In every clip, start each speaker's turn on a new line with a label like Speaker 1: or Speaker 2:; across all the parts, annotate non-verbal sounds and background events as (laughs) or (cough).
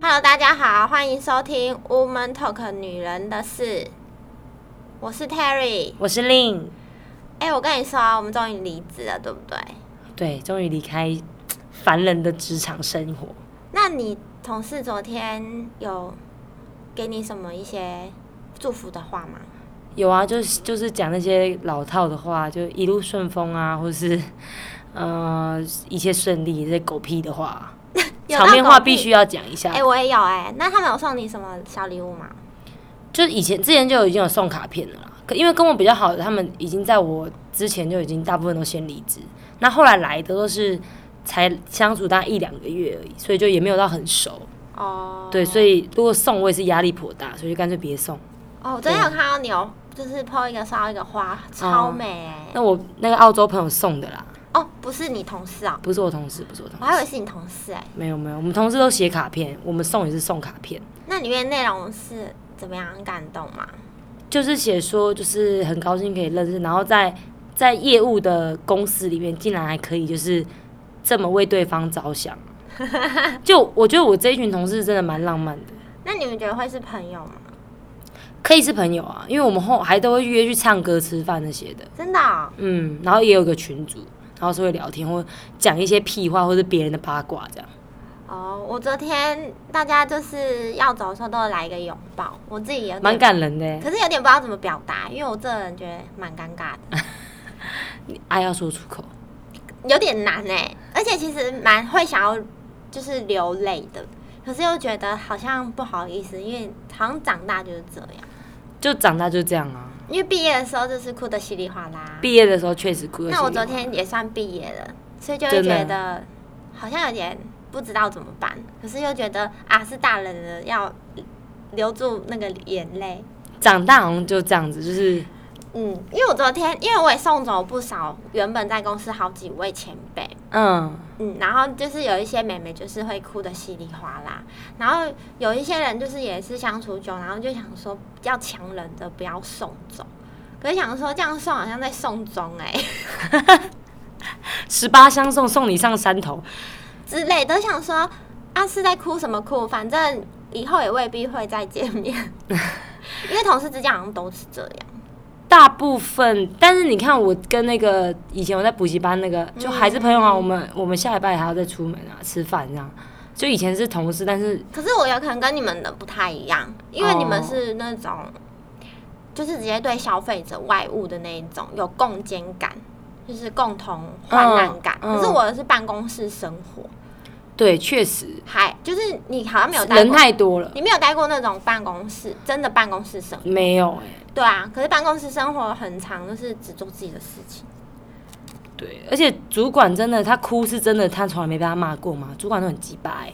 Speaker 1: Hello，大家好，欢迎收听《Woman Talk》女人的事，我是 Terry。
Speaker 2: 我是令，
Speaker 1: 哎、我跟你说啊，我们终于离职了，对不对？
Speaker 2: 对，终于离开烦人的职场生活。
Speaker 1: 那你同事昨天有给你什么一些祝福的话吗？
Speaker 2: 有啊，就是就是讲那些老套的话，就一路顺风啊， (laughs) 或是呃一切顺利这些狗屁的 (laughs) 话，
Speaker 1: 有到
Speaker 2: 场面话
Speaker 1: 狗屁
Speaker 2: 必须要讲一下。
Speaker 1: 哎、我也有哎、那他们有送你什么小礼物吗？
Speaker 2: 就以前之前就已经有送卡片了啦，可因为跟我比较好的，他们已经在我之前就已经大部分都先离职，那后来来的都是才相处大概一两个月而已，所以就也没有到很熟。
Speaker 1: 哦、
Speaker 2: 对，所以如果送我也是压力颇大，所以就干脆别送。
Speaker 1: 哦，我昨天有看到你有就是 PO 一个烧一个
Speaker 2: 哦
Speaker 1: 花，超美哎、
Speaker 2: 那我那个澳洲朋友送的啦，
Speaker 1: 哦，不是你同事啊、
Speaker 2: 不是我同事，不是我同
Speaker 1: 我还以为
Speaker 2: 事，
Speaker 1: 是你同事哎、
Speaker 2: 没有没有，我们同事都写卡片，我们送也是送卡片，
Speaker 1: 那里面内容是怎么样？很感动吗？
Speaker 2: 就是写说就是很高兴可以认识，然后在在业务的公司里面竟然还可以就是这么为对方着想，就我觉得我这一群同事真的蛮浪漫的，
Speaker 1: 那你们觉得会是朋友吗？
Speaker 2: 可以是朋友啊，因为我们后还都会约去唱歌、吃饭那些的，
Speaker 1: 真的哦、
Speaker 2: 嗯，然后也有个群组，然后是会聊天或讲一些屁话或是别人的八卦这样。
Speaker 1: 哦我昨天大家就是要走的时候都来一个拥抱，我自己有点
Speaker 2: 蛮，感人的欸，
Speaker 1: 可是有点不知道怎么表达，因为我这个人觉得蛮尴尬的，
Speaker 2: 爱要说出口。
Speaker 1: 有点难哎、而且其实蛮会想要就是流泪的，可是又觉得好像不好意思，因为好像长大就是这样，
Speaker 2: 就长大就这样啊。
Speaker 1: 因为毕业的时候就是哭得稀里哗啦。
Speaker 2: 毕业的时候确实哭得稀里
Speaker 1: 那
Speaker 2: 哗啦。
Speaker 1: 我昨天也算毕业了，所以就会
Speaker 2: 真的
Speaker 1: 觉得好像有点不知道怎么办，可是又觉得啊是大人了，要留住那个眼泪。
Speaker 2: 长大好像就这样子，就是
Speaker 1: 嗯，因为我昨天，因为我也送走不少原本在公司好几位前辈，
Speaker 2: 嗯，
Speaker 1: 嗯，然后就是有一些妹妹就是会哭得稀里哗啦，然后有一些人就是也是相处久，然后就想说要强忍着不要送走，可是想说这样送好像在送终哎、
Speaker 2: 十八相送送你上山头，
Speaker 1: 之类都想说啊是在哭什么哭，反正以后也未必会再见
Speaker 2: (laughs)
Speaker 1: 面，因为同事之间好像都是这样。
Speaker 2: 大部分。但是你看，我跟那个以前我在补习班那个，
Speaker 1: 嗯
Speaker 2: 就还是朋友啊。我们我们下礼拜还要再出门啊，吃饭这样。就以前是同事，但是
Speaker 1: 可是我有可能跟你们的不太一样，因为你们
Speaker 2: 哦
Speaker 1: 是那种、就是直接对消费者外物的那一种有共间感。就是共同患难感，
Speaker 2: 嗯嗯
Speaker 1: 可是我的是办公室生活，
Speaker 2: 对，确实
Speaker 1: 还就是你好像没有待
Speaker 2: 人
Speaker 1: 过，
Speaker 2: 太多了，
Speaker 1: 你没有待过那种办公室，真的办公室生活，
Speaker 2: 没有哎、
Speaker 1: 对啊。可是办公室生活很长，就是只做自己的事情。
Speaker 2: 对，而且主管真的，他哭是真的，他从来没被他骂过嘛。主管都很鸡巴哎，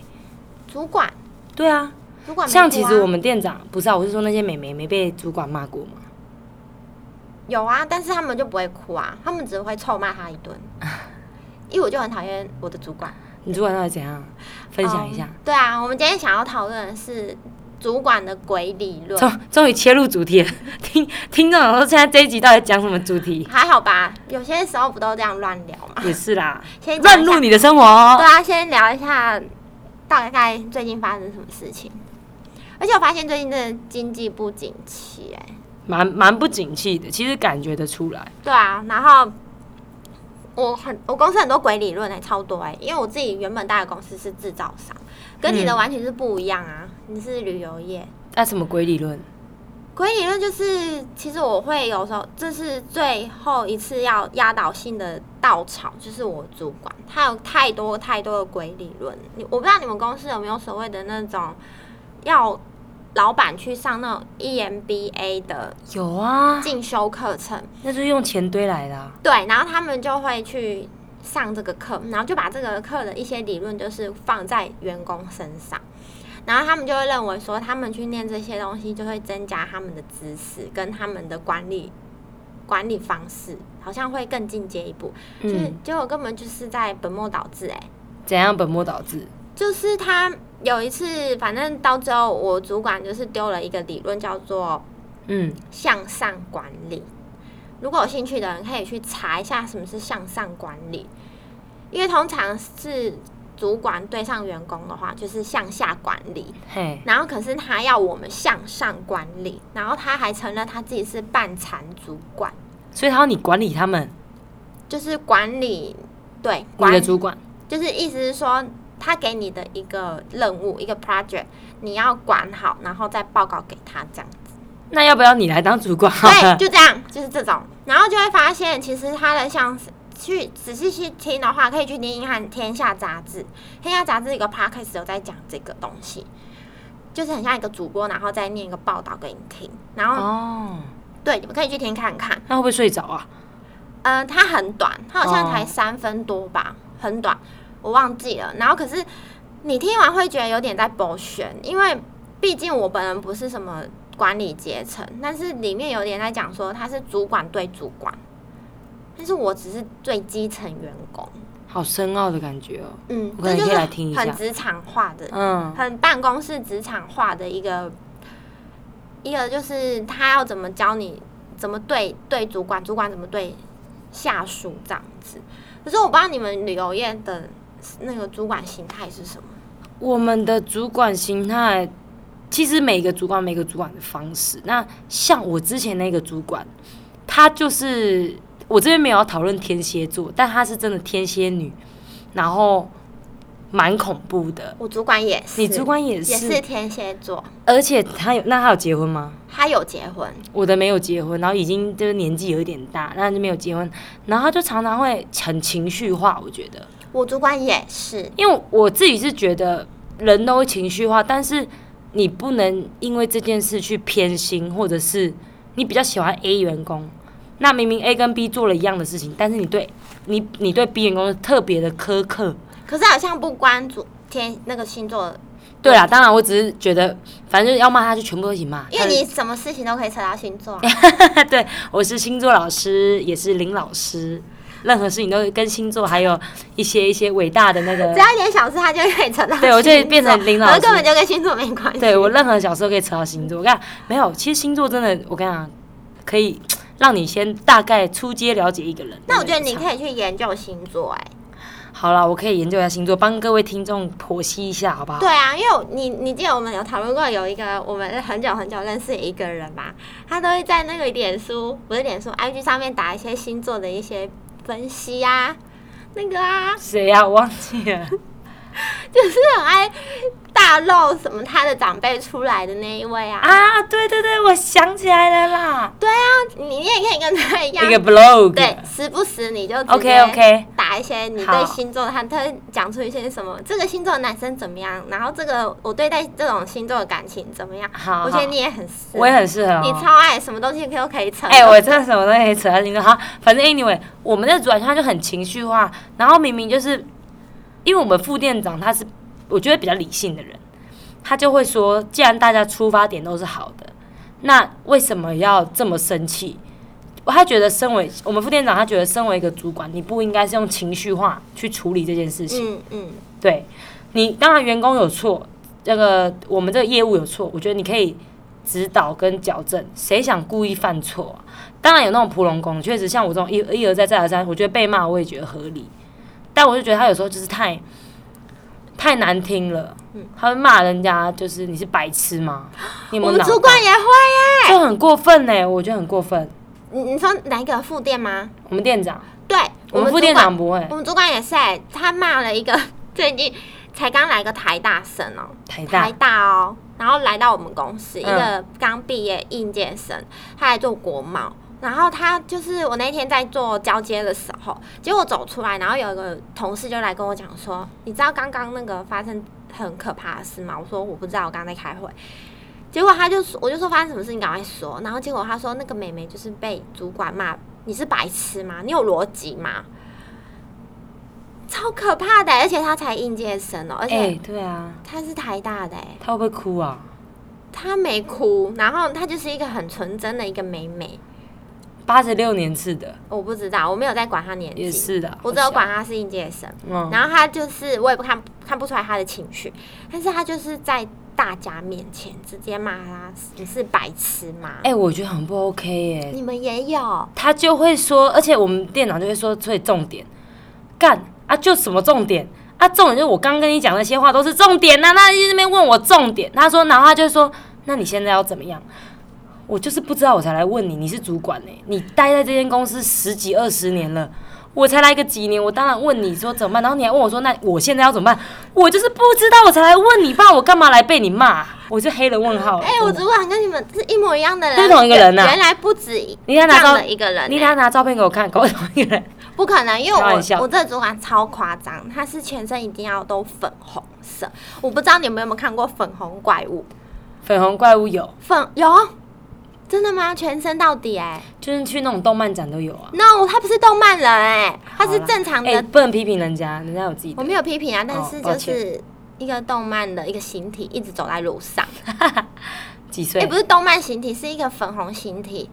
Speaker 1: 主管，
Speaker 2: 对啊，
Speaker 1: 主管没
Speaker 2: 像
Speaker 1: 哭
Speaker 2: 其
Speaker 1: 啊
Speaker 2: 实我们店长不是啊，我是说那些美眉没被主管骂过吗？
Speaker 1: 有啊，但是他们就不会哭啊，他们只会臭骂他一
Speaker 2: (laughs)
Speaker 1: 顿。因为我就很讨厌我的主管，
Speaker 2: 你主管到底怎样？分享一下
Speaker 1: 嗯。对啊，我们今天想要讨论的是主管的鬼理论，
Speaker 2: 终终于切入主题了， (laughs) 听听众想说现在这一集到底讲什么
Speaker 1: (laughs)
Speaker 2: 主题？
Speaker 1: 还好吧？有些时候不都这样乱聊吗？
Speaker 2: 也是啦，
Speaker 1: 先讲
Speaker 2: 乱
Speaker 1: 一下
Speaker 2: 入你的生活
Speaker 1: 对
Speaker 2: 哦。
Speaker 1: 啊，先聊一下大概最近发生什么事情。而且我发现最近真的经济不景气、哎，
Speaker 2: 蛮蛮不景气的，其实感觉得出来。
Speaker 1: 对啊，然后我很我公司很多鬼理论哎、超多哎、因为我自己原本待的公司是制造商，跟你的完全是不一样啊，你是旅游业。
Speaker 2: 那什么鬼理论？
Speaker 1: 鬼理论就是，其实我会有时候，这是最后一次要压倒性的稻草，就是我主管，他有太多太多的鬼理论。你我不知道你们公司有没有所谓的那种，要老板去上那种 E EMBA 的
Speaker 2: 有啊，
Speaker 1: 进修课程，
Speaker 2: 那就是用钱堆来的、啊。
Speaker 1: 对，然后他们就会去上这个课，然后就把这个课的一些理论就是放在员工身上，然后他们就会认为说，他们去念这些东西就会增加他们的知识跟他们的管理管理方式，好像会更进阶一步。就是
Speaker 2: 嗯，
Speaker 1: 结果根本就是在本末倒置哎、
Speaker 2: 怎样本末倒置？
Speaker 1: 就是他有一次，反正到最后我主管就是丢了一个理论叫做
Speaker 2: 嗯，
Speaker 1: 向上管理。如果有兴趣的人可以去查一下什么是向上管理，因为通常是主管对上员工的话，就是向下管理，
Speaker 2: 嘿，
Speaker 1: 然后可是他要我们向上管理，然后他还承认他自己是半残主管，
Speaker 2: 所以他要你管理他们，
Speaker 1: 就是管理对
Speaker 2: 你
Speaker 1: 管
Speaker 2: 的主管，
Speaker 1: 就是意思是说，他给你的一个任务，一个 project，你要管好，然后再报告给他这样。
Speaker 2: 那要不要你来当主管？
Speaker 1: 对，
Speaker 2: (laughs)
Speaker 1: 就这样，就是这种。然后就会发现，其实他的像是去仔细去听的话，可以去听一看《天下》杂志，《天下》杂志有个 podcast 有在讲这个东西，就是很像一个主播，然后再念一个报道给你听。然后、
Speaker 2: 哦，
Speaker 1: 对，你们可以去听看看。
Speaker 2: 那会不会睡着啊？
Speaker 1: 呃，它很短，它好像才
Speaker 2: 哦
Speaker 1: 三分多吧，很短，我忘记了。然后可是你听完会觉得有点在剥削，因为毕竟我本人不是什么管理阶层，但是里面有点在讲说他是主管对主管，但是我只是最基层员工，
Speaker 2: 好深奥的感觉哦。
Speaker 1: 嗯，
Speaker 2: 我可
Speaker 1: 这
Speaker 2: 能
Speaker 1: 就
Speaker 2: 可以
Speaker 1: 是
Speaker 2: 来听一下
Speaker 1: 很职场化的
Speaker 2: 嗯，
Speaker 1: 很办公室职场化的一个，一个就是他要怎么教你怎么对对主管，主管怎么对下属这样子。可是我不知道你们旅游业的那个主管形态是什么。
Speaker 2: 我们的主管形态，其实每个主管每个主管的方式。那像我之前那个主管，她就是我这边没有要讨论天蝎座，但她是真的天蝎女，然后蛮恐怖的。
Speaker 1: 我主管也是，
Speaker 2: 你主管也
Speaker 1: 也
Speaker 2: 是，
Speaker 1: 是天蝎座，
Speaker 2: 而且她有，那她有结婚吗？
Speaker 1: 他有结婚，
Speaker 2: 我的没有结婚，然后已经就是年纪有一点大，那就没有结婚，然后他就常常会很情绪化，我觉得，
Speaker 1: 我主管也是，
Speaker 2: 因为我自己是觉得人都会情绪化，但是你不能因为这件事去偏心，或者是你比较喜欢 A 员工，那明明 A 跟 B 做了一样的事情，但是你对你你对 B 员工特别的苛刻。
Speaker 1: 可是好像不关主天那个星座，
Speaker 2: 对啦，当然我只是觉得，反正要骂他就全部都一起骂，
Speaker 1: 因为你什么事情都可以扯到星座啊、
Speaker 2: (laughs) 对，我是星座老师，也是林老师，任何事情都跟星座还有一些一些伟大的那
Speaker 1: 只
Speaker 2: 个，
Speaker 1: 要一点小事，他就可以扯到星座。
Speaker 2: 对我就变成林老师
Speaker 1: 然后根本就跟星座没关 (laughs) 系。
Speaker 2: 对我任何小时候可以扯到星座。我跟你讲，没有，其实星座真的，我跟你讲，可以让你先大概初阶了解一个人。
Speaker 1: 那我觉得你
Speaker 2: 以，
Speaker 1: 可以去研究星座、哎，
Speaker 2: 好了，我可以研究一下星座，帮各位听众剖析一下，好不好？
Speaker 1: 对啊，因为我你你记得我们有讨论过有一个我们很久很久认识的一个人嘛，他都会在那个脸书不是脸书 IG 上面打一些星座的一些分析啊，那个啊，
Speaker 2: 谁呀、我忘记了。
Speaker 1: 就是很爱大露什么他的长辈出来的那一位啊，
Speaker 2: 啊，对对对，我想起来了啦，
Speaker 1: 你也可以跟他一样
Speaker 2: 一。个 blog。
Speaker 1: 对，时不时你就直接
Speaker 2: OK OK，
Speaker 1: 打一些你
Speaker 2: 好
Speaker 1: 对星座，他他会讲出一些什么，这个星座的男生怎么样，然后这个我对待这种星座的感情怎么样，
Speaker 2: 好，
Speaker 1: 我觉得
Speaker 2: 好
Speaker 1: 你也很适合，
Speaker 2: 我也很适合、哦。
Speaker 1: 你超爱什么东西都可以扯。
Speaker 2: 哎、我真的什么都可以扯到进去。好，反正 anyway，我们的主管他就很情绪化，然后明明就是因为我们副店长他是我觉得比较理性的人，他就会说，既然大家出发点都是好的，那为什么要这么生气？他觉得身为我们副店长，他觉得身为一个主管，你不应该是用情绪化去处理这件事情。
Speaker 1: 嗯嗯，
Speaker 2: 对你，当然员工有错，这个我们这个业务有错，我觉得你可以指导跟矫正。谁想故意犯错啊？当然有那种普龙工，确实像我这种一一而再再而三，我觉得被骂我也觉得合理，但我就觉得他有时候就是太太难听了，他会骂人家就是你是白痴吗？你有没
Speaker 1: 我
Speaker 2: 有
Speaker 1: 们
Speaker 2: 脑
Speaker 1: 主
Speaker 2: 袋
Speaker 1: 管也会耶。
Speaker 2: 就很过分呢、我觉得很过分。
Speaker 1: 你你说哪一个副店吗？
Speaker 2: 我们店长，
Speaker 1: 对，
Speaker 2: 我
Speaker 1: 们
Speaker 2: 们副
Speaker 1: 主
Speaker 2: 店长
Speaker 1: 管，
Speaker 2: 不会
Speaker 1: 我们主管也是耶，他骂了一个 (laughs) 最近才刚来一个台大生哦，
Speaker 2: 太大
Speaker 1: 台，大哦，然后来到我们公司，
Speaker 2: 嗯
Speaker 1: 一个刚毕业应届生，他来做国贸。然后他就是我那天在做交接的时候，结果走出来，然后有一个同事就来跟我讲说：“你知道刚刚那个发生很可怕的事吗？”我说：“我不知道，我刚刚在开会。”结果他就说，我就说发生什么事，你赶快说。然后结果他说那个妹妹就是被主管骂，你是白痴吗？你有逻辑吗？超可怕的，而且他才应届生哦，而
Speaker 2: 哎、
Speaker 1: 且
Speaker 2: 对啊，
Speaker 1: 他是台大的、哎。
Speaker 2: 他会不会哭啊？
Speaker 1: 她没哭，然后她就是一个很纯真的一个妹妹。
Speaker 2: 八十六年次的
Speaker 1: 我不知道，我没有在管她年
Speaker 2: 也
Speaker 1: 纪，
Speaker 2: 是的，
Speaker 1: 我只有管她是应届生。
Speaker 2: 嗯，
Speaker 1: 然后她就是我也不看看不出来她的情绪，但是她就是在大家面前直接骂她你是白痴吗？
Speaker 2: 哎、我觉得很不 OK 耶、
Speaker 1: 你们也有，
Speaker 2: 他就会说，而且我们店长就会说，所以重点干啊，就什么重点啊，重点就是我刚跟你讲那些话都是重点呐、那你那边问我重点，他说，然后他就说，那你现在要怎么样？我就是不知道，我才来问你，你是主管呢、欸你待在这间公司十几二十年了。我才来个几年，我当然问你说怎么办，然后你还问我说那我现在要怎么办？我就是不知道，我才来问你，不然我干嘛来被你骂？我就黑人问号了。
Speaker 1: 哎、我主管跟你们是一模一样的人，
Speaker 2: 都是同一个人呐
Speaker 1: 原来不止
Speaker 2: 你
Speaker 1: 这
Speaker 2: 等下
Speaker 1: 样
Speaker 2: 拿到
Speaker 1: 的一个人、
Speaker 2: 你等下拿照片给我看，搞不懂一个人。
Speaker 1: 不可能，因为
Speaker 2: 开玩笑
Speaker 1: 我我这个主管超夸张，他是全身一定要都粉红色。我不知道你们有没有看过粉红怪物？
Speaker 2: 粉红怪物有，
Speaker 1: 粉有真的吗？全身到底哎、
Speaker 2: 就是去那种动漫展都有啊。
Speaker 1: No，他不是动漫人哎、他是
Speaker 2: 好啦
Speaker 1: 正常的。
Speaker 2: 哎不能批评人家，人家有自己
Speaker 1: 我
Speaker 2: 的。
Speaker 1: 没有批评啊，但
Speaker 2: 哦
Speaker 1: 是
Speaker 2: 抱
Speaker 1: 就是一个动漫的一个形体一直走在路上，
Speaker 2: 几岁？
Speaker 1: 也、哎不是动漫形体，是一个粉红形体，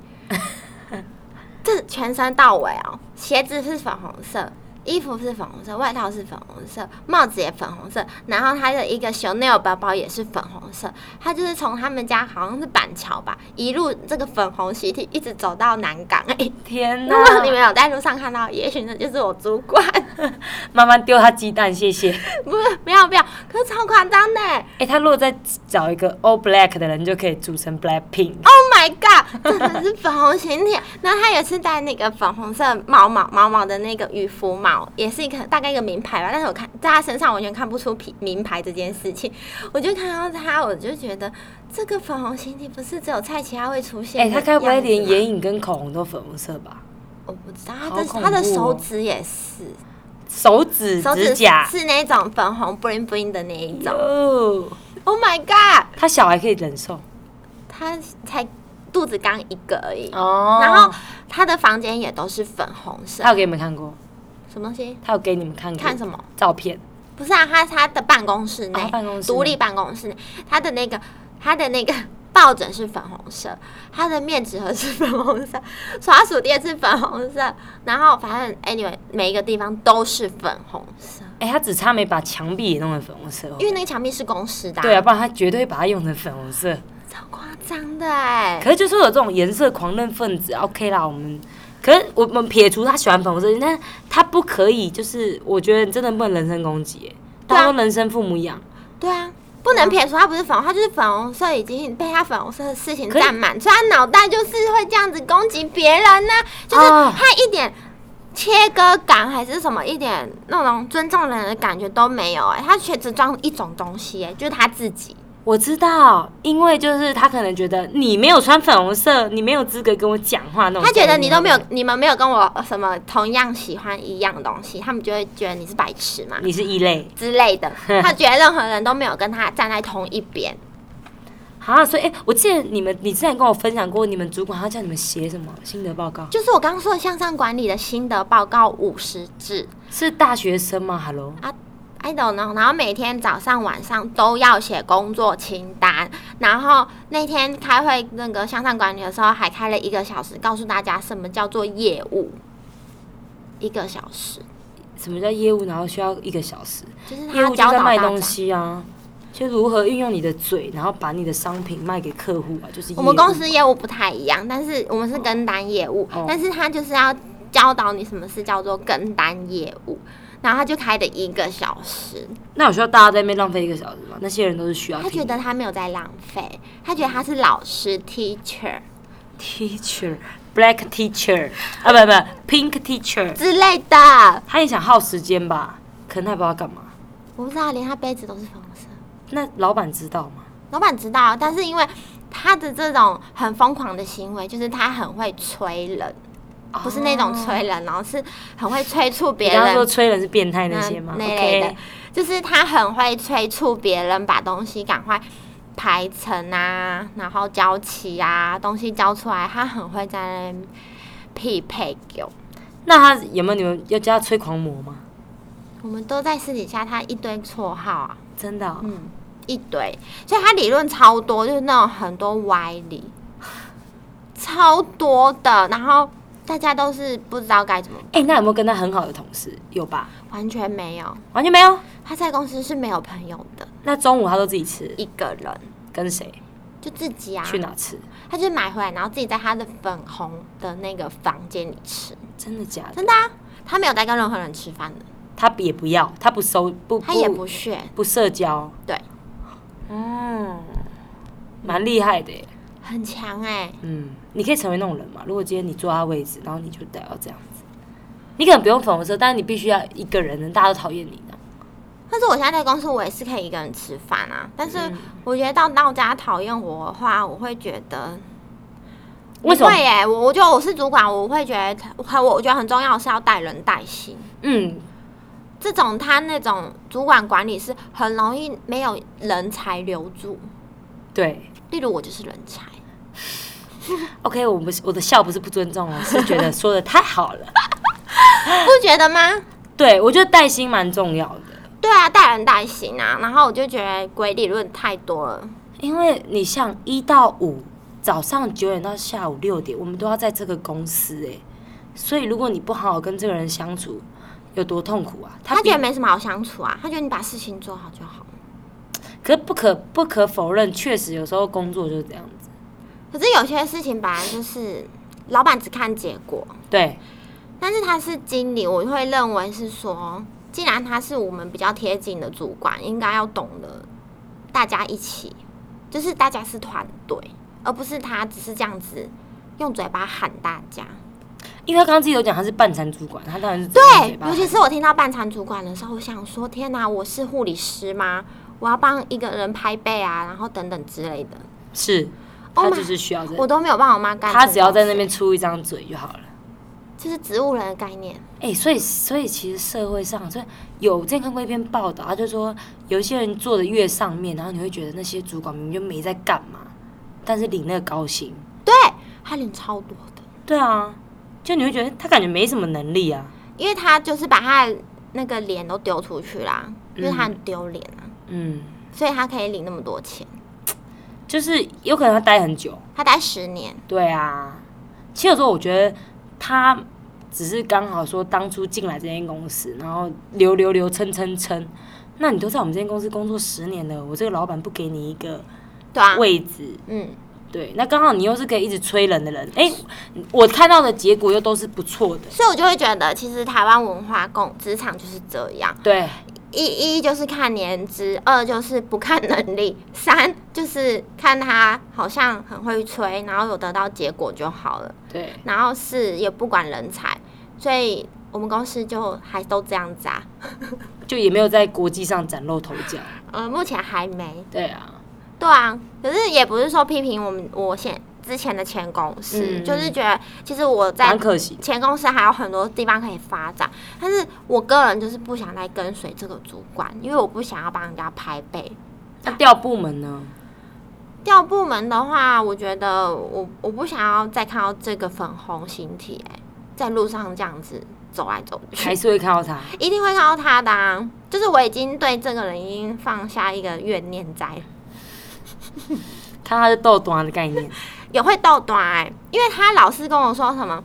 Speaker 1: 这全身到尾哦，鞋子是粉红色。衣服是粉红色，外套是粉红色，帽子也粉红色，然后他的一个 Chanel 包包也是粉红色。他就是从他们家好像是板桥吧，一路这个粉红形体一直走到南港。哎、
Speaker 2: 天
Speaker 1: 如果你
Speaker 2: 哪！
Speaker 1: 们有在路上看到，也许那就是我主管。 (laughs)
Speaker 2: 妈妈丢他鸡蛋，谢谢。
Speaker 1: 不是，不要不要，可是超夸张的欸、
Speaker 2: 哎，他如果再找一个 all black 的人，就可以组成 black pink。
Speaker 1: Oh my god！真 (laughs) 的是粉红形体。然后他有一次戴那个粉红色毛毛毛毛的那个渔夫帽，也是一个大概一个名牌吧。但是我看在他身上完全看不出品名牌这件事情。我就看到他，我就觉得这个粉红形体不是只有蔡奇他会出现。
Speaker 2: 哎，他该不会连？眼影跟口红都粉红色吧？
Speaker 1: 我不知道，他
Speaker 2: 好
Speaker 1: 的、
Speaker 2: 恐怖哦
Speaker 1: 他的手指也是，
Speaker 2: 手指、
Speaker 1: 手指
Speaker 2: 指甲。
Speaker 1: 是那种粉红 bling bling 的那一种。
Speaker 2: 哦，
Speaker 1: Oh my god！
Speaker 2: 他小孩可以忍受
Speaker 1: 他才肚子刚一个而已。
Speaker 2: 哦
Speaker 1: 然后他的房间也都是粉红色
Speaker 2: 他，有给你们看过，
Speaker 1: 什么东西？
Speaker 2: 他有给你们看过
Speaker 1: 看什么？
Speaker 2: 照片？
Speaker 1: 不是啊，他他的办公室内，
Speaker 2: 哦办公室内
Speaker 1: 独立办公室内，他的那个他的那个 (laughs) 抱枕是粉红色，他的面纸盒是粉红色，滑鼠垫是粉红色，然后反正 anyway 每一个地方都是粉红色，
Speaker 2: 哎，他只差没把墙壁也弄成粉红色哦。
Speaker 1: 因为那个墙壁是公司的、
Speaker 2: 对啊，，不然他绝对把它用成粉红色。
Speaker 1: 超夸张的哎、
Speaker 2: 可是就是有这种颜色狂热分子，OK 啦，我们。可是我们撇除他喜欢粉红色，但他不可以，就是我觉得真的不能人身攻击耶，
Speaker 1: 对啊
Speaker 2: 他都人生父母养，
Speaker 1: 对啊。不能撇除它不是粉红，它就是粉红色，已经被它粉红色的事情
Speaker 2: 可是
Speaker 1: 占满，所以它脑袋就是会这样子攻击别人呢、就是
Speaker 2: 哦
Speaker 1: 它一点切割感还是什么，一点那种尊重人的感觉都没有、哎，它却只装一种东西、哎，就是它自己。
Speaker 2: 我知道，因为就是他可能觉得你没有穿粉红色，你没有资格跟我讲话那种。
Speaker 1: 他觉得你都没
Speaker 2: 嗯
Speaker 1: 有，，你们没有跟我什么同样喜欢一样的东西，他们就会觉得你是白痴嘛
Speaker 2: 你是异类
Speaker 1: 之类的。他觉得任何人都没有跟他站在同一边。
Speaker 2: 啊！所以，哎、我记得你们，你之前跟我分享过，你们主管他叫你们写什么心得报告，
Speaker 1: 就是我刚刚说的向上管理的心得报告五十字
Speaker 2: 是大学生吗？Hello，
Speaker 1: ，I don't know。然后每天早上晚上都要写工作清单。然后那天开会那个向上管理的时候，还开了一个小时，告诉大家什么叫做业务。一个小时，
Speaker 2: 什么叫业务？然后需要一个小时，
Speaker 1: 就是
Speaker 2: 业
Speaker 1: 他
Speaker 2: 务就
Speaker 1: 教
Speaker 2: 在
Speaker 1: 导大
Speaker 2: 卖
Speaker 1: 家。
Speaker 2: 东西啊，就如何运用你的嘴，然后把你的商品卖给客户啊，就是业务
Speaker 1: 我们公司业务不太一样，但是我们是跟单业务，
Speaker 2: 哦
Speaker 1: 但是他就是要教导你什么是叫做跟单业务，然后他就开了一个小时，
Speaker 2: 那有需要大家在那边浪费一个小时吗？那些人都是需要
Speaker 1: 他觉
Speaker 2: 听
Speaker 1: 得他没有在浪费，他
Speaker 2: 嗯
Speaker 1: 觉得他是老师 teacher
Speaker 2: teacher (laughs) black teacher 啊，不不 pink teacher，
Speaker 1: 之类的，
Speaker 2: 他也想耗时间吧，可能他也不知道干嘛。
Speaker 1: 我不知道，连他杯子都是粉红色。
Speaker 2: 那老板知道吗？
Speaker 1: 老板知道，但是因为他的这种很疯狂的行为，就是他很会催人，不是那种
Speaker 2: 哦。
Speaker 1: 催人，然后是很会催促
Speaker 2: 你
Speaker 1: 别
Speaker 2: 刚刚
Speaker 1: 人
Speaker 2: 说催人是变态那些吗
Speaker 1: 那类的
Speaker 2: ？OK，
Speaker 1: 就是他很会催促别人把东西赶快排成啊，然后交齐啊，东西交出来，他很会在那边匹配给我。
Speaker 2: 那他有没有你们要叫他催狂魔吗？
Speaker 1: 我们都在私底下，他一堆绰号啊，
Speaker 2: 真的哦、
Speaker 1: 嗯，一堆，所以他理论超多，就是那种很多歪理， (laughs) 超多的，然后大家都是不知道该怎么，
Speaker 2: 哎、那有没有跟他很好的同事？有吧？
Speaker 1: 完全没有。
Speaker 2: 完全没有。
Speaker 1: 他在公司是没有朋友的，
Speaker 2: 那中午他都自己吃，
Speaker 1: 一个人
Speaker 2: 跟谁？
Speaker 1: 就自己啊，
Speaker 2: 去哪吃？
Speaker 1: 他就买回来，然后自己在他的粉红的那个房间里吃，
Speaker 2: 真的假的？
Speaker 1: 真的、啊，他没有在跟任何人吃饭的，
Speaker 2: 他也不要，他不收不
Speaker 1: 他也不屑，
Speaker 2: 不社交，
Speaker 1: 对，
Speaker 2: 嗯，蛮厉害的耶，
Speaker 1: 很强哎、
Speaker 2: 嗯，你可以成为那种人嘛？如果今天你坐他位置，然后你就得要这样子，你可能不用粉红色，但是你必须要一个人，大家都讨厌你的，
Speaker 1: 但是我现在在公司，我也是可以一个人吃饭啊。但是
Speaker 2: 嗯
Speaker 1: 我觉得到到家讨厌我的话，我会觉得
Speaker 2: 为什么
Speaker 1: 对？耶、我我觉得我是主管，我会觉得很，我觉得很重要是要带人带心。
Speaker 2: 嗯，
Speaker 1: 这种他那种主管管理是很容易没有人才留住，
Speaker 2: 对。
Speaker 1: 例如我就是人
Speaker 2: (laughs)
Speaker 1: 才，
Speaker 2: OK，我不是我的笑不是不尊重哦，是觉得说的太好
Speaker 1: (laughs)
Speaker 2: 了。
Speaker 1: 不觉得吗？
Speaker 2: 对，我觉得带薪蛮重要的，
Speaker 1: 对啊，带人带心啊。然后我就觉得鬼理论太多了，
Speaker 2: 因为你像一到五早上九点到下午六点，我们都要在这个公司哎、所以如果你不好好跟这个人相处，有多痛苦啊？
Speaker 1: 他
Speaker 2: 比
Speaker 1: 觉得没什么好相处啊，他觉得你把事情做好就好。
Speaker 2: 可不可不可否认，确实有时候工作就是这样子。
Speaker 1: 可是有些事情本来就是老板只看结果，
Speaker 2: 对，
Speaker 1: 但是他是经理，我会认为是说，既然他是我们比较贴近的主管，应该要懂得大家一起，就是大家是团队，而不是他只是这样子用嘴巴喊大家。
Speaker 2: 因为他刚刚自己有讲他是半残主管，他当然是
Speaker 1: 对，尤
Speaker 2: 尤
Speaker 1: 其
Speaker 2: 其
Speaker 1: 是我听到半残主管的时候，我想说，天哪、我是护理师吗？我要帮一个人拍背啊，然后等等之类的，
Speaker 2: 是
Speaker 1: Oh
Speaker 2: 他
Speaker 1: my-
Speaker 2: 就是需要这
Speaker 1: 我都没有帮我妈干这种事。
Speaker 2: 他只要在那边出一张嘴就好了。
Speaker 1: 就是植物人的概念，
Speaker 2: 哎、所以所以其实社会上，所以有之前看过一篇报道，他就说有一些人做的越上面，然后你会觉得那些主管明明就没在干嘛，但是领那个高薪。
Speaker 1: 他人超多的。
Speaker 2: 对啊，就你会觉得他感觉没什么能力啊。
Speaker 1: 因为他就是把他的那个脸都丢出去啦，因为他很丢脸啊，
Speaker 2: 嗯，
Speaker 1: 所以他可以领那么多钱，
Speaker 2: 就是有可能他待很久。
Speaker 1: 他待十年，
Speaker 2: 对啊，其实有时候我觉得他只是刚好说当初进来这间公司，然后留留留撑撑撑，那你都在我们这间公司工作十年了，我这个老板不给你一个
Speaker 1: 对啊，
Speaker 2: 位置。
Speaker 1: 嗯，
Speaker 2: 对，那刚好你又是可以一直催人的人，哎、我看到的结果又都是不错的。
Speaker 1: 所以我就会觉得，其实台湾文化共职场就是这样，
Speaker 2: 对，
Speaker 1: 一一就是看年资，二就是不看能力， (laughs) 三就是看他好像很会吹，然后有得到结果就好了，
Speaker 2: 对，
Speaker 1: 然后四也不管人才，所以我们公司就还都这样子啊，
Speaker 2: 就也没有在国际上崭露头角。
Speaker 1: 呃，目前还没，
Speaker 2: 对啊，
Speaker 1: 对啊，可是也不是说批评我们我现之前的前公司，
Speaker 2: 嗯
Speaker 1: 就是觉得其实我在
Speaker 2: 蛮可惜。
Speaker 1: 前公司还有很多地方可以发展，但是我个人就是不想再跟随这个主管，因为我不想要帮人家拍背。
Speaker 2: 那调部门呢？
Speaker 1: 调部门的话，我觉得我我不想要再看到这个粉红形体、欸，在路上这样子走来走去，
Speaker 2: 还是会看到他。
Speaker 1: 一定会看到他的、啊。就是我已经对这个人已经放下一个怨念在了
Speaker 2: 看他是豆端的概念，
Speaker 1: 也会斗短、欸，因为他老是跟我说什么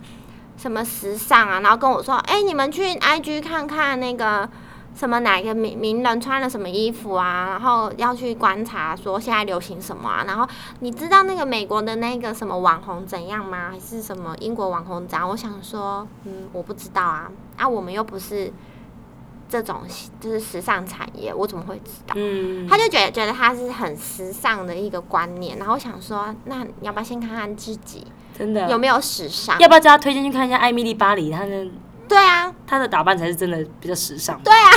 Speaker 1: 什么时尚啊，然后跟我说，哎、你们去 IG 看看那个什么哪个名名人穿了什么衣服啊，然后要去观察说现在流行什么啊，然后你知道那个美国的那个什么网红怎样吗？还是什么英国网红怎样？我想说，嗯，我不知道啊，啊，我们又不是这种就是时尚产业，我怎么会知道？
Speaker 2: (laughs) 嗯，
Speaker 1: 他就觉得觉得他是很时尚的一个观念，然后我想说，那你要不要先看看自己
Speaker 2: 真的
Speaker 1: 有没有时尚？
Speaker 2: 啊要不要叫他推荐去看一下艾米丽巴黎？她的
Speaker 1: 对啊，
Speaker 2: 她的打扮才是真的比较时尚。对啊，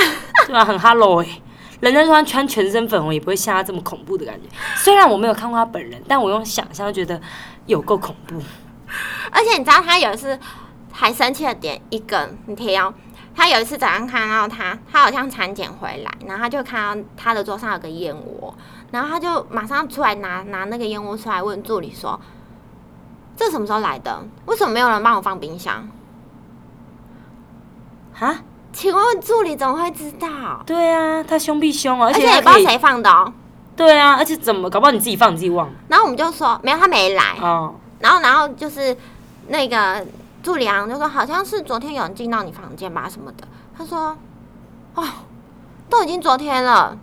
Speaker 2: 对啊，很 hello 哎、人家说她穿全身粉红也不会像她这么恐怖的感觉。虽然我没有看过她本人，但我用想象就觉得有够恐怖。
Speaker 1: 而且你知道他有一次还生气的点一个，你听哦，他有一次早上看到他，他好像产检回来，然后他就看到他的桌上有个燕窝，然后他就马上出来拿拿那个燕窝出来问助理说：“这什么时候来的？为什么没有人帮我放冰箱？”
Speaker 2: 哈，
Speaker 1: 请问助理怎么会知道？
Speaker 2: 对啊，他凶必凶哦，
Speaker 1: 而
Speaker 2: 而
Speaker 1: 且
Speaker 2: 且
Speaker 1: 也
Speaker 2: 他
Speaker 1: 不知道
Speaker 2: 可以
Speaker 1: 谁放的哦。
Speaker 2: 对啊，而且怎么搞不好你自己放你自己忘了
Speaker 1: 然后我们就说没有，他没来。
Speaker 2: 哦，
Speaker 1: 然后，然后就是那个助理啊，就说好像是昨天有人进到你房间吧什么的。他说，哦，都已经昨天了，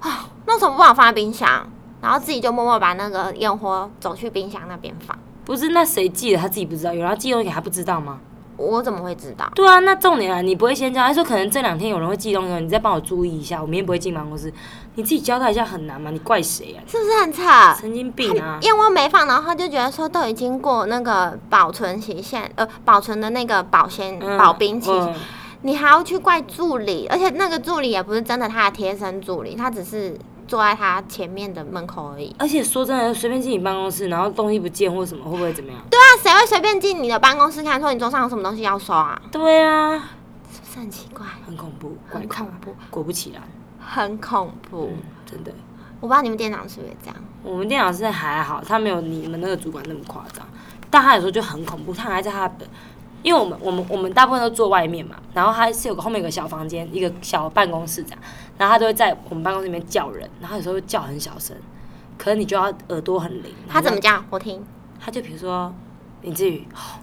Speaker 1: 啊、那为什么不把我放在冰箱？然后自己就默默把那个烟火走去冰箱那边放。
Speaker 2: 不是那谁寄的他自己不知道，有人要寄东西给他不知道吗？
Speaker 1: 我怎么会知道？
Speaker 2: 对啊，那重点啊，你不会先交，他说可能这两天有人会寄东西，你再帮我注意一下，我明天不会进办公室，你自己交代一下很难吗？你怪谁啊？
Speaker 1: 是不是很扯？
Speaker 2: 神经
Speaker 1: (laughs)
Speaker 2: 病啊！
Speaker 1: 燕窝没放，然后他就觉得说都已经过那个保存期限，呃，保存的那个保鲜、
Speaker 2: 嗯
Speaker 1: 保冰期，
Speaker 2: 嗯
Speaker 1: 你还要去怪助理，而且那个助理也不是真的他的贴身助理，他只是坐在他前面的门口而已。
Speaker 2: 而且说真的，随便进你办公室，然后东西不见或什么，会不会怎么样？
Speaker 1: 对啊，谁会随便进你的办公室看说你桌上有什么东西要收啊？
Speaker 2: 对啊，
Speaker 1: 是不是很奇怪？
Speaker 2: 很恐怖，怪
Speaker 1: 很恐怖，
Speaker 2: 果不其然，
Speaker 1: 很恐怖。
Speaker 2: 嗯，真的。
Speaker 1: 嗯我不知道你们店长是不是这样。
Speaker 2: 我们店长是还好，他没有你们那个主管那么夸张，但他有时候就很恐怖，他还在他的，因为我们我们我们大部分都坐外面嘛，然后他是有个后面有个小房间，一个小办公室这样，然后他都会在我们办公室里面叫人，然后有时候会叫很小声，可是你就要耳朵很灵。
Speaker 1: 他怎么
Speaker 2: 然后
Speaker 1: 讲？我听。
Speaker 2: 他就比如说林志宇，吼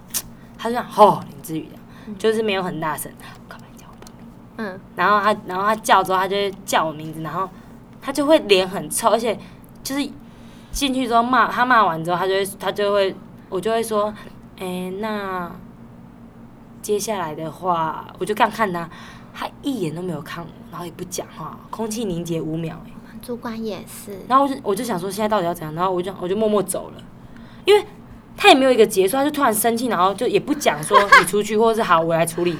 Speaker 2: 他就这样吼林志宇这样，就是没有很大声，我靠你叫我爸
Speaker 1: 嗯，
Speaker 2: 然后他，然后他叫之后，他就会叫我名字，然后他就会脸很臭，而且就是进去之后骂他骂完之后，他就会他就会我就会说，哎、那接下来的话，我就这样看他，他一眼都没有看我，然后也不讲话，空气凝结五秒、哎，
Speaker 1: 主管也是。
Speaker 2: 然后我就我就想说现在到底要怎样，然后我就我就默默走了，因为他也没有一个结束，他就突然生气，然后就也不讲说你出去，或者是好我来处理，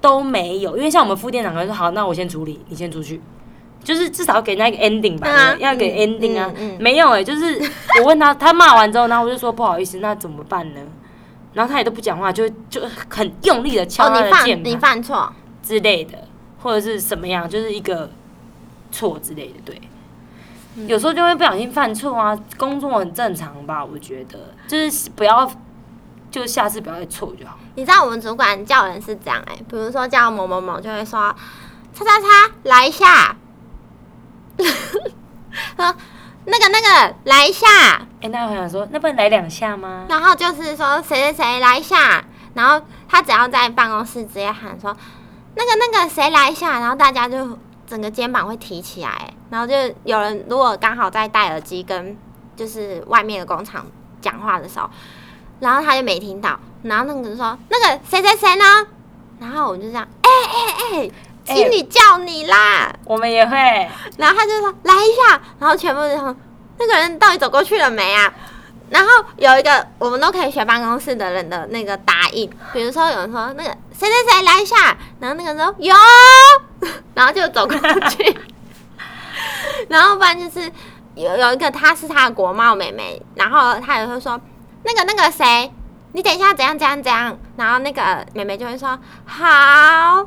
Speaker 2: 都没有，因为像我们副店长可能说好，那我先处理，你先出去。就是至少给人家一个 ending 吧，
Speaker 1: 对啊
Speaker 2: 要给 ending 啊，
Speaker 1: 嗯嗯
Speaker 2: 没有哎、就是我问他，他骂完之后，然后我就说不好意思，那怎么办呢？然后他也都不讲话，就就很用力的敲
Speaker 1: 哦，
Speaker 2: 他
Speaker 1: 你
Speaker 2: 的键
Speaker 1: 犯你
Speaker 2: 盘
Speaker 1: 犯错，
Speaker 2: 之类的，或者是什么样，就是一个错之类的，对。有时候就会不小心犯错啊，工作很正常吧？我觉得就是不要，就下次不要再错就好。
Speaker 1: 你知道我们主管叫人是这样哎、比如说叫某某某就会说，叉叉叉来一下， (laughs) 说那个那个来一下，
Speaker 2: 哎、那我想说，那不能来两下吗？
Speaker 1: 然后就是说谁谁谁来一下，然后他只要在办公室直接喊说那个那个谁来一下，然后大家就整个肩膀会提起来、欸然后就有人如果刚好在戴耳机跟就是外面的工厂讲话的时候，然后他就没听到，然后那个人说那个谁谁谁呢？然后我就这样，哎哎哎，经理叫你啦，
Speaker 2: 我们也会，
Speaker 1: 然后他就说来一下，然后全部就说那个人到底走过去了没啊？然后有一个我们都可以学办公室的人的那个答应，比如说有人说那个谁谁谁来一下，然后那个人说有， (laughs) 然后就走过去， (laughs) 然后不然就是有有一个她是她的国贸妹妹，然后她也会说那个那个谁，你等一下怎样怎样怎样，然后那个妹妹就会说好。